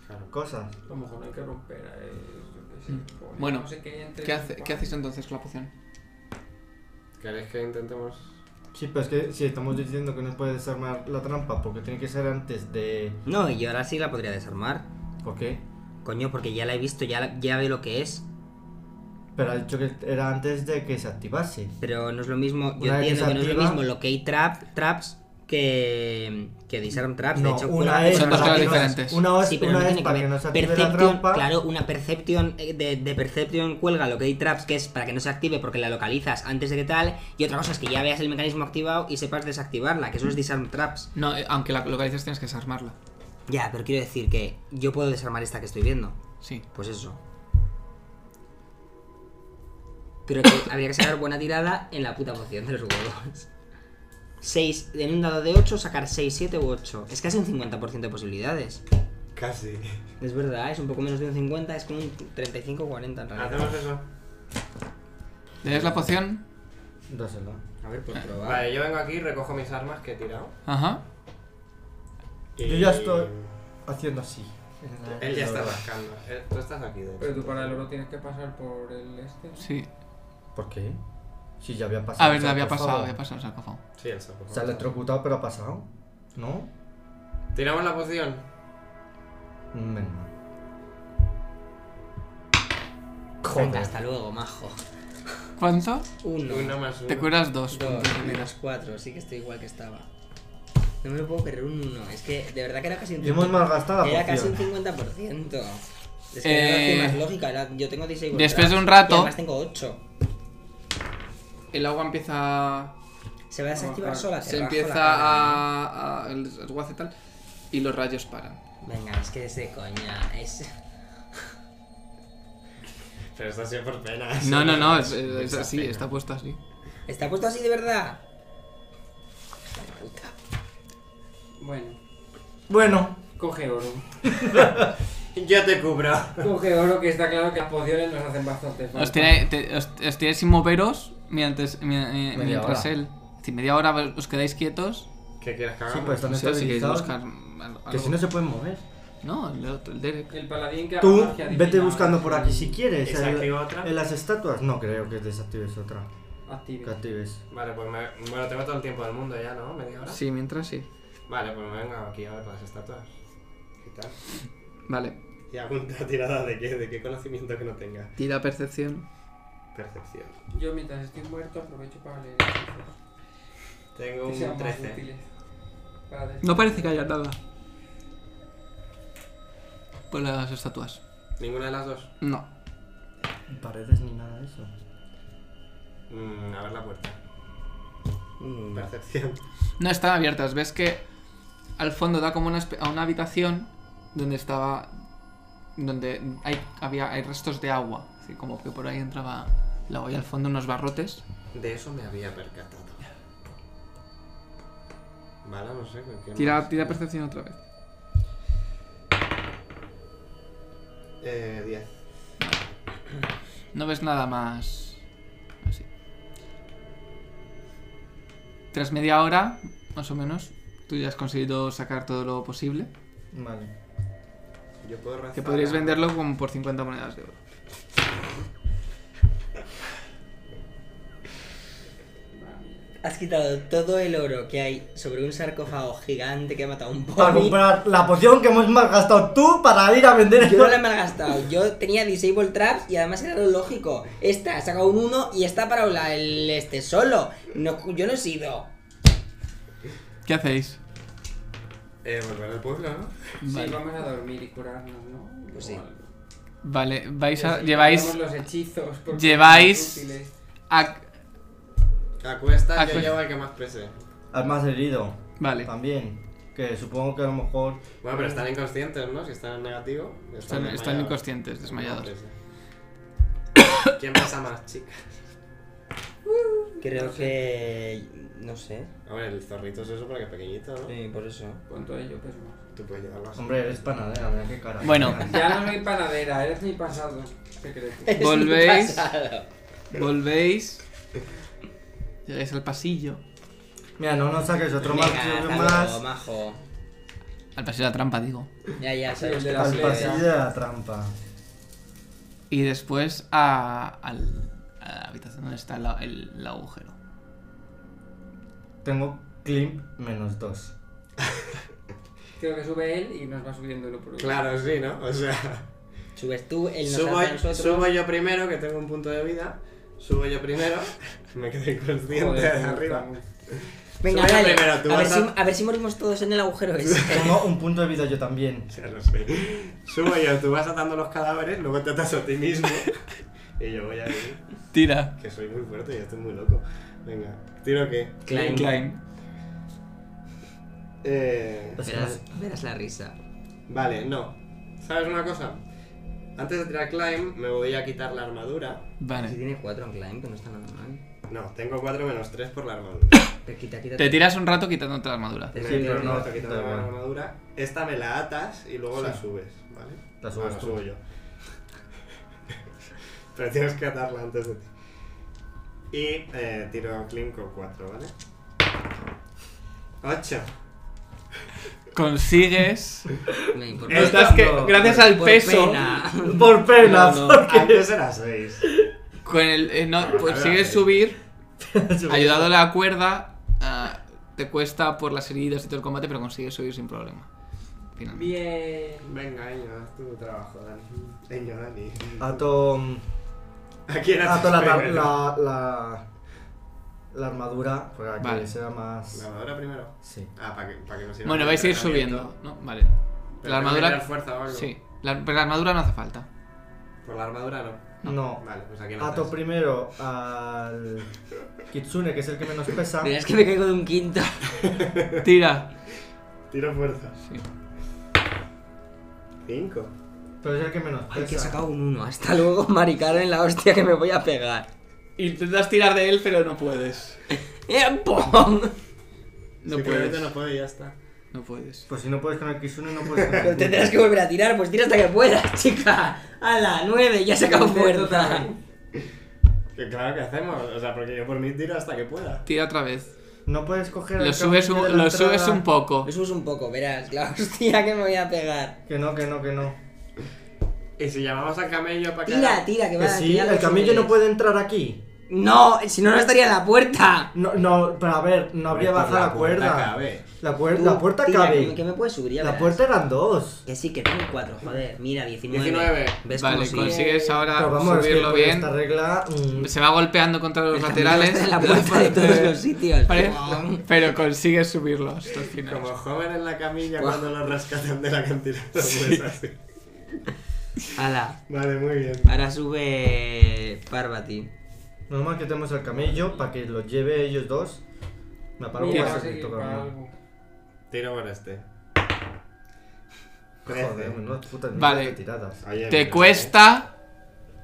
G: Claro.
C: cosas.
E: A lo mejor hay que romper a eso, yo qué sé,
A: Mm.
E: poner
A: Bueno,
E: no sé qué, entre
A: ¿Qué, hace- qué
E: cuatro.
A: hacéis entonces con la poción?
G: ¿Queréis que intentemos?
C: Sí, pero es que si estamos diciendo que no puede desarmar la trampa, porque tiene que ser antes de.
D: No, y ahora sí la podría desarmar.
C: ¿Por qué?
D: Coño, porque ya la he visto, ya, la- ya ve lo que es.
C: Pero ha dicho que era antes de que se activase.
D: Pero no es lo mismo. Yo
C: Una vez que se
D: entiendo que no es lo
C: activa-
D: mismo lo que hay trap, traps que. que disarm traps. Ah, de
C: No,
D: hecho,
C: una
D: cuando-
C: es
A: Son dos
C: para
A: cosas
C: que no-
A: diferentes.
C: Una es,
D: Sí, pero
C: una
D: no
C: es
D: tiene que
C: para que
D: ver.
C: no se active la
D: Perception,
C: trampa.
D: claro, una Perception eh, de, de Perception cuelga lo que hay traps, que es para que no se active porque la localizas antes de que tal. Y otra cosa es que ya veas el mecanismo activado y sepas desactivarla, que eso es disarm traps.
A: No, eh, aunque la localices tienes que desarmarla.
D: Ya, pero quiero decir que yo puedo desarmar esta que estoy viendo.
A: Sí.
D: Pues eso. Pero que habría que sacar buena tirada en la puta poción de los huevos. 6, en un dado de 8, sacar 6, 7 u 8. Es casi un 50% de posibilidades.
G: Casi.
D: Es verdad, es un poco menos de un 50, es como un 35 o 40 en realidad.
G: ¿Hacemos eso?
A: ¿Le das la poción?
C: Dásela.
D: A ver, pues probar.
G: Vale, yo vengo aquí, recojo mis armas que he tirado.
A: Ajá.
G: y-
C: Yo ya estoy- Haciendo así.
G: Él ya está rascando. Él- Tú estás aquí, de hecho.
E: Pero tú para el oro tienes que pasar por el este.
A: Sí.
C: ¿Por qué? Si ya había pasado.
A: A ver,
C: el
A: había
C: sarcófago.
A: pasado, había pasado el sarcófago.
G: Sí, el sapo.
C: Se ha electrocutado, pero ha pasado. ¿No?
G: Tiramos la poción.
C: Menos
D: Venga, hasta luego, majo.
A: ¿Cuánto?
D: 1,
G: Una más uno.
A: Te curas dos
D: 2,
A: puntos de vida.
D: menos 4, sí que estoy igual que estaba. No me lo puedo creer un 1, es que de verdad que era casi un
C: Y hemos
D: 50.
C: malgastado la
D: Era casi un
C: poción.
D: 50%. Es que
A: Eh,
D: era la opción más lógica, era- yo tengo 16
A: después de
D: voltadas,
A: un rato-
D: y además tengo 8.
A: El agua empieza.
D: Se va a desactivar
E: Ojalá.
D: sola,
A: Se
D: bajo la
A: empieza
D: cara.
A: a. a- el desguace tal. Y los rayos paran.
D: Venga, es que es de coña, es...
G: Pero esto ha sido por penas.
A: No, no, no,
G: <laughs>
A: es, es
G: Esa
A: así,
G: pena.
A: está puesto así.
D: ¿Está puesto así de verdad?
E: Bueno,
C: Bueno,
E: coge oro.
G: Yo te cubro.
E: Coge oro, que está claro que las pociones nos hacen bastante falta.
A: Os tiráis, te- os, os tiráis sin moveros mientras, mi- eh,
C: Media
A: mientras
C: hora.
A: él. Si media hora os quedáis quietos.
G: ¿Qué quieres que
C: sí, pues,
G: hagamos?
C: pero están
A: No sé si queréis
C: estabilizados.
A: buscar. al-
C: Que
A: algo.
C: si no se pueden mover.
A: No, el otro, el Derek.
E: El paladín que
C: Tú
E: haga magia
C: vete
E: divina,
C: buscando por
E: sí.
C: aquí si quieres.
G: ¿Desactivo
C: El-
G: otra?
C: En las estatuas. No creo que desactives otra.
E: Active.
C: Que actives.
G: Vale, pues me... Bueno, tengo todo el tiempo del mundo ya, ¿no? ¿Media hora?
A: Sí, mientras sí.
G: Vale, pues me vengo aquí a ver las estatuas. ¿Qué tal?
A: Vale,
G: Y hago una <laughs> tirada de qué, de qué conocimiento que no tenga.
A: tira percepción.
G: Percepción.
E: Yo mientras estoy muerto aprovecho para leer.
G: Tengo
E: Que sean
G: un
E: más
G: 13.
E: útiles. Para
A: No parece que haya nada. Por las estatuas.
G: ¿Ninguna de las dos?
A: No.
C: Paredes ni nada de eso.
G: Mm, a ver la puerta.
D: Mm,
G: Percepción.
A: No están abiertas. Ves que al fondo da como una, espe- a una habitación donde estaba. donde hay, había, hay restos de agua. Así como que por ahí entraba el agua y al fondo unos barrotes.
G: De eso me había percatado. Vale, no sé. ¿con qué
A: Tira,
G: más?
A: tira percepción otra vez.
G: Eh, 10.
A: No ves nada más. Así. Tras media hora, más o menos, tú ya has conseguido sacar todo lo posible.
C: Vale.
G: Yo puedo rezar.
A: Que podríais
G: a-
A: venderlo como por 50 monedas de oro.
D: Has quitado todo el oro que hay sobre un sarcófago gigante que ha matado a un
C: Para
D: pony.
C: comprar la poción que hemos malgastado tú para ir a vender <laughs>
D: Yo no la he malgastado. Yo tenía disable traps y además era lo lógico. Esta ha sacado un 1 y está para la- el este solo. No, yo no he sido.
A: ¿Qué hacéis?
G: Eh, volver al pueblo, ¿no?
E: Sí,
A: Vale.
E: vamos a dormir y curarnos, ¿no?
D: Pues sí.
E: O algo.
A: Vale, vais a.
E: Así
A: Lleváis.
E: guardamos los hechizos porque
A: lleváis-
E: son útiles.
A: a-
G: A cuestas
A: A
G: yo
A: cuestas.
G: llevo al que más pese.
C: Al más herido.
A: Vale.
C: También. Que supongo que a lo mejor.
G: Bueno, pero están inconscientes, ¿no? Si están en negativo. ya
A: Están, están
G: desmayados.
A: inconscientes, desmayados.
G: Pues, eh. ¿Quién pesa más, chica?
D: Creo que. No sé. <laughs>
G: Hombre, el zorrito es eso porque es pequeñito, ¿no?
D: Sí, por eso.
E: Cuanto ello peso más.
G: Tú puedes llevarlo así.
C: Hombre, eres panadera, mira qué cara.
A: Bueno.
E: Ya no soy panadera, eres mi pasado
D: <laughs>
E: secreto.
D: Es mi
A: Volvéis.
D: pasado.
A: Volvéis. Llegáis al pasillo.
C: Mira, no nos saques otro más.
D: Venga, hasta luego,
C: más
D: majo.
A: Al pasillo de la trampa, digo.
D: Ya, ya,
E: Sí, el
D: sabes.
E: de la
C: al
E: flecha.
C: pasillo de la trampa.
A: Y después a, al- a la habitación donde está la- el, el agujero.
C: Tengo climp menos 2.
E: Creo que sube él y nos va subiéndolo por un
G: Claro, sí, ¿no? O sea,
D: Subes tú, él nos
G: subo,
D: alza a nosotros.
G: subo yo primero, que tengo un punto de vida. Subo yo primero. <laughs> Me quedé inconsciente
E: Joder,
G: de arriba.
E: estamos.
D: Venga,
G: Sube yo
D: dale.
G: primero, tú
D: a, ver
G: vas
D: si,
G: a-
D: a ver si morimos todos en el agujero
G: <laughs>
D: ese.
C: Tengo un punto de vida yo también.
G: <laughs> Ya lo sé. Subo yo, tú vas atando los cadáveres, luego te atas a ti mismo. <laughs> y yo voy a ir,
A: Tira.
G: que soy muy fuerte y estoy muy loco. Venga, ¿tiro qué?
D: Climb.
G: Eh,
C: Pues
D: Verás,
C: hemos-
D: verás la risa.
G: vale, no. ¿Sabes una cosa? Antes de tirar climb, me voy a quitar la armadura.
D: Si
A: Vale.
D: tiene 4 en climb, que no está nada mal.
G: No, tengo 4 menos 3 por la armadura.
D: Pero quita, quita.
A: Te tiras un rato quitándote la armadura.
G: Me
C: Sí,
G: quito
C: pero no,
G: esto, quito
C: da
G: la
C: igual.
G: armadura. Esta me la atas y luego
C: Sí.
G: la subes, ¿vale?
C: La subes
G: Ah, la
C: tú.
G: subo yo. <laughs> pero tienes que atarla antes de ti. Y eh, tiro clean con 4, ¿vale? 8.
A: Consigues.
D: Me importa.
G: Eh,
A: Notas que,
C: no,
A: gracias
C: por-
A: al
D: por
A: peso.
D: pena.
C: <laughs> Por pena,
A: No, no.
G: Antes era 6.
A: Con el, eh, no,
G: Ahora,
A: consigues
G: eh.
A: subir.
C: porque-
A: Ayudado a la cuerda. ah, te cuesta por las heridas y todo el combate, pero consigues subir sin problema. Finalmente.
E: Bien.
G: Venga, Eño, haz tu trabajo, Dani. Eño, Dani.
C: Ato.
G: ¿A quién
C: Ato la,
G: atas
C: la,
G: primero?
C: la, la, la armadura. Para que
A: Vale.
C: sea más.
G: ¿La armadura primero?
C: Sí.
G: Ah, para que, para que no sirva
A: Bueno,
G: de
A: vais a ir
G: entrenamiento.
A: subiendo, ¿no? Vale.
G: Pero
A: La
G: tengo que tirar
A: armadura.
G: fuerza o algo.
A: Sí. La, pero la armadura no hace falta.
G: Por la armadura no.
C: No.
G: Vale, pues aquí no.
C: Ato primero al Kitsune, que es el que menos pesa.
D: Verás que me caigo de un quinto.
A: Tira.
G: Tiro fuerza.
A: Sí.
G: 5.
C: Pero es el que menos
D: Ay, que he
C: pesa.
D: sacado un 1. Hasta luego, maricaro en la hostia que me voy a pegar.
A: Intentas tirar de él, pero no puedes.
D: ¡Eh, ¡Pum!
A: No
G: Simplemente
A: puedes.
G: no puede y ya está.
A: No puedes.
C: Pues si no puedes con el Kitsune, no puedes con
D: <laughs> Pero
C: el
D: tendrás que volver a tirar, pues tira hasta que puedas, <laughs> chica. ¡Hala! 9, ya he sacado fuerza.
G: Que claro que hacemos, o sea, porque yo por mí tiro hasta que pueda.
A: Tira otra vez.
C: No puedes coger
A: Lo
C: el
A: subes
C: caballo de
A: un,
C: la
A: lo subes
C: entrada.
A: un poco.
D: Lo subes un poco, verás. La hostia que me voy a pegar.
C: Que no, que no, que no.
G: Y si llamamos al camello para que.
D: Tira, tira, que va
C: Que sí,
D: ya lo
C: el camello no
D: subes.
C: puede entrar aquí.
D: No, si no, no estaría en la puerta.
C: No, no, pero a ver, no habría
G: Por
C: bajado la
G: puerta
C: cuerda.
G: cabe.
C: La, puer- la
D: Tú,
C: puerta
D: tira,
C: cabe.
D: Que, que me puedes subir, ya
C: La
D: verás.
C: puerta eran dos.
D: Que sí, que tengo 4, joder. Mira, 19.
G: 19.
D: ¿Ves cómo
A: Vale,
D: sí?
A: consigues ahora
C: Pero vamos, es que
A: subirlo
C: con
A: bien.
C: esta regla. mm,
A: Se va golpeando contra los
D: El camello
A: laterales.
D: está en la puerta de todos los sitios.
A: Vale.
D: Pum.
A: Pero consigues subirlo hasta el
G: Como
A: final.
G: joven en la camilla
D: Buah.
G: cuando lo rescatan de
A: <laughs>
G: la cantina. Pues así.
D: Hala.
G: Vale, muy bien.
D: Ahora sube Parvati.
C: Menos mal que tenemos el camello para que lo lleve ellos dos. Me apago
E: Mira, va
C: para
E: a
C: que
E: seguir
C: toca
E: para
C: a mí.
E: algo.
G: Tiro por este.
C: Joder, menudas putas
A: Vale.
C: mierdas de tiradas.
G: Oye,
A: Te
G: mira,
A: cuesta,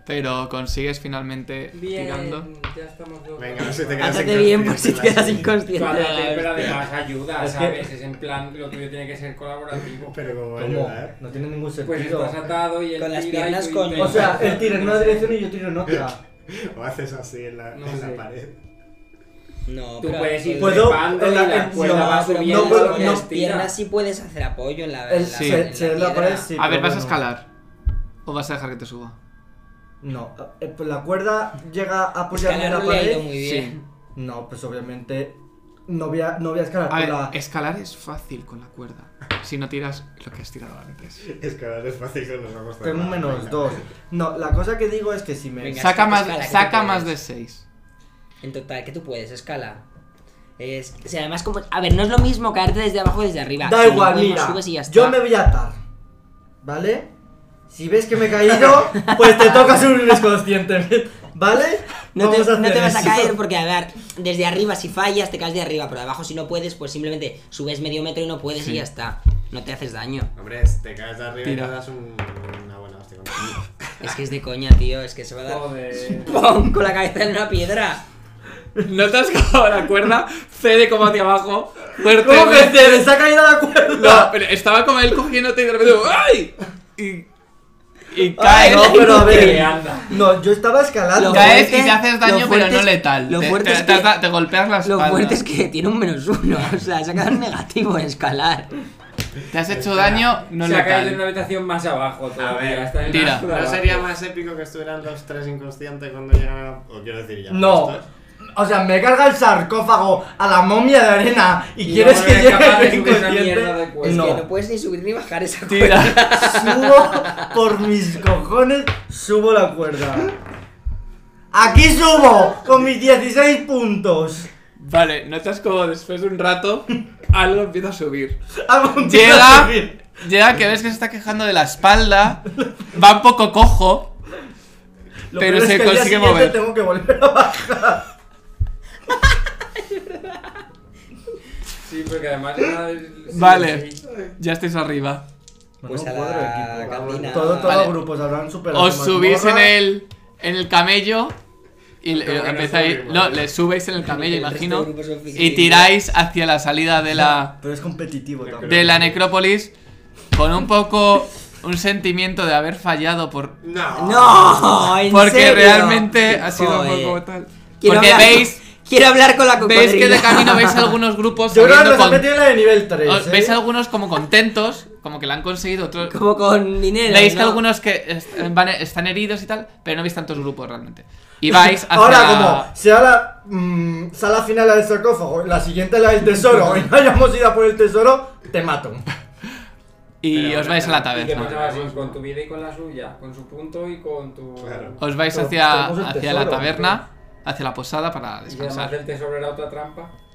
A: pero consigues finalmente
E: Bien,
A: tirando.
E: ya estamos dos.
G: Venga, no se te queda-
D: Ándate bien por si te quedas inconsciente.
E: <laughs> Cuando te-
D: a
E: pero
D: la hostia.
E: además ayuda,
C: Es que-
E: ¿sabes? Es en plan, lo tuyo tiene que ser colaborativo.
G: Pero como va a
C: ¿Cómo?
G: ayudar.
C: No tiene ningún
E: Pues
C: sentido.
E: estás atado y él
D: Con las
E: tira y
D: piernas
E: tú
D: con-
E: intentas
C: O sea, él
E: hacer
C: tira en una
E: cosas.
C: dirección y yo tiro en otra.
G: O haces así en la,
E: No
G: en la
E: sé.
G: pared.
D: No,
E: Tú
D: pero-
E: puedes ir
C: Puedo-
E: trepando y
C: en la-
E: la
C: en-
E: cuerda
C: no,
E: va
D: pero
E: subiendo
C: no,
E: con
C: no,
E: las
D: las
E: tiras.
D: piernas sí puedes hacer apoyo en la.
C: Él
D: en la-
A: sí.
D: en
C: se, se
D: la
C: la
D: piedra.
C: pared, sí.
A: A ver,
C: pero
A: ¿vas a
C: bueno.
A: escalar? ¿O vas a dejar que te suba?
C: No, eh, pues la cuerda llega a apoyar en
D: Escalar
C: la
D: no le ha ido
C: pared.
D: muy bien.
C: No, pues obviamente no voy a, no voy a escalar
A: A
C: por
A: ver,
C: la...
A: escalar es fácil con la cuerda. Si no tiras lo que has tirado antes.
F: Es que ahora es fácil que nos va a costar.
C: Tengo un menos 2. No, la cosa que digo es que si me...
D: Venga.
A: Saca
D: escala,
A: más,
D: que tú
A: saca
D: puedas.
A: más de 6.
D: En total, que tú puedes, escala.
H: Es, o sea, además, como, a ver, no es lo mismo caerte desde abajo que desde arriba.
C: Da
H: Si
C: igual,
H: no,
C: mira.
H: subes y ya está.
C: Yo me voy a atar. ¿Vale? Si ves que me he caído, pues te toca subir inconsciente. ¿Vale?
H: No te,
C: Vamos
H: no te
C: hacer
H: vas a
C: eso.
H: caer porque, a ver, desde arriba si fallas te caes de arriba, pero de abajo si no puedes, pues simplemente subes medio metro y no puedes
A: Sí.
H: y ya está. No te haces daño.
G: Hombre, es- te caes de arriba
A: Tira.
G: y te das un, una buena hostia. con la cara.
H: Es que es
C: <laughs>
H: de coña, tío, es que se va a dar...
E: Joder.
H: ¡Pum! Con la cabeza en una piedra.
A: Notas como la cuerda cede como hacia abajo. Fuerte. ¿eh?
C: ¿Cómo que te les ha caído la cuerda?
A: No, pero estaba como él cogiéndote y de repente. ¡Ay! Y. Y
C: Ay,
A: caes.
C: <laughs> no, pero a
E: <laughs> Que
C: ver.
E: anda.
C: No, yo estaba escalando.
H: Lo
A: Caes y te
H: fuerte-
A: haces daño,
H: lo
A: pero
H: fuerte
A: no
H: es-
A: letal.
H: lo
A: te,
H: fuerte
A: te-
H: es que-
A: te- te golpeas la
H: Lo
A: espalda.
H: fuerte es que tiene un menos uno, o sea, se ha quedado en negativo en escalar.
A: Te has hecho daño, no
E: se ha caído en una
A: letal.
E: habitación más abajo todavía.
G: ver,
E: está en
A: tira.
E: la-
G: ¿No sería más épico que estuvieran los tres inconscientes cuando llegan a... O quiero decir ya.
C: No.
G: estos?
C: O sea, me carga el sarcófago a la momia de arena y,
E: Y
C: quieres
E: no
C: que
E: eres capaz de
C: llegue
E: subir esa mierda de
C: inconsciente.
E: cuerda.
D: Es
C: No.
D: que no puedes ni subir ni bajar esa cuerda.
A: Tira.
C: Subo por mis cojones, subo la cuerda. Aquí subo con mis 16 puntos.
A: <laughs> Vale, notas como después de un rato algo empieza a subir.
C: Hago un tiro a
A: Llega,
C: subir.
A: llega que ves que se está quejando de la espalda, va un poco cojo,
C: Lo
A: pero
C: peor es
A: se
C: que al
A: consigue
C: día siguiente
A: mover.
C: Tengo que volver a bajar.
E: Sí, porque además. era el- sí,
A: Vale.
E: sí.
A: ya estáis arriba.
D: Pues
C: No
D: a
C: cuadro
D: la
C: equipo, cabrón.
D: cantina.
C: Todo, todos
A: Vale.
C: los grupos habrán superado.
A: Os
C: la
A: subís en
C: mazmorra.
A: el, en el camello y le-
G: Creo que no
A: empezáis...
G: subimos.
A: No, le subís en el camello,
D: El resto de
H: este
A: imagino,
D: grupos son
A: y
D: ficticios.
A: tiráis hacia la salida de la,
C: Pero es competitivo también.
A: de la necrópolis con un poco un sentimiento de haber fallado por...
G: No.
H: ¡No! ¿en
A: Porque
H: serio?
A: realmente ha sido un
H: Joder.
A: poco tal.
H: Quiero
A: Porque
H: hablar-
A: veis,
H: Quiero hablar con la
A: veis que de
H: cocodrila.
A: camino veis algunos grupos
C: Yo creo que
A: saliendo
C: nos han
A: con- Ah,
C: metido en la de nivel ¿eh? 3.
A: Os- veis algunos como contentos, como que la han conseguido,
H: <laughs>
A: otros...
H: Como con dinero.
A: Veis que
H: ¿no?
A: algunos que est- van- están heridos y tal, pero no veis tantos grupos realmente.
C: <laughs>
A: Y vais hacia...
C: Ahora,
A: la-
C: como sea la mm, sala final la del sarcófago, la siguiente la del tesoro, <laughs> y no hayamos ido a por el tesoro, te mato.
A: Y
G: Pero
A: os
G: bueno,
A: vais a la
E: ¿Y qué
A: taberna.
E: pasaba si con tu vida y con la suya? Con su punto y con tu.
G: Claro.
A: Os vais
C: Pero
A: hacia,
C: tenemos el
A: hacia la
C: tesoro,
A: taberna, hacia la posada para
E: Y además
A: descansar.
E: el tesoro era otra trampa.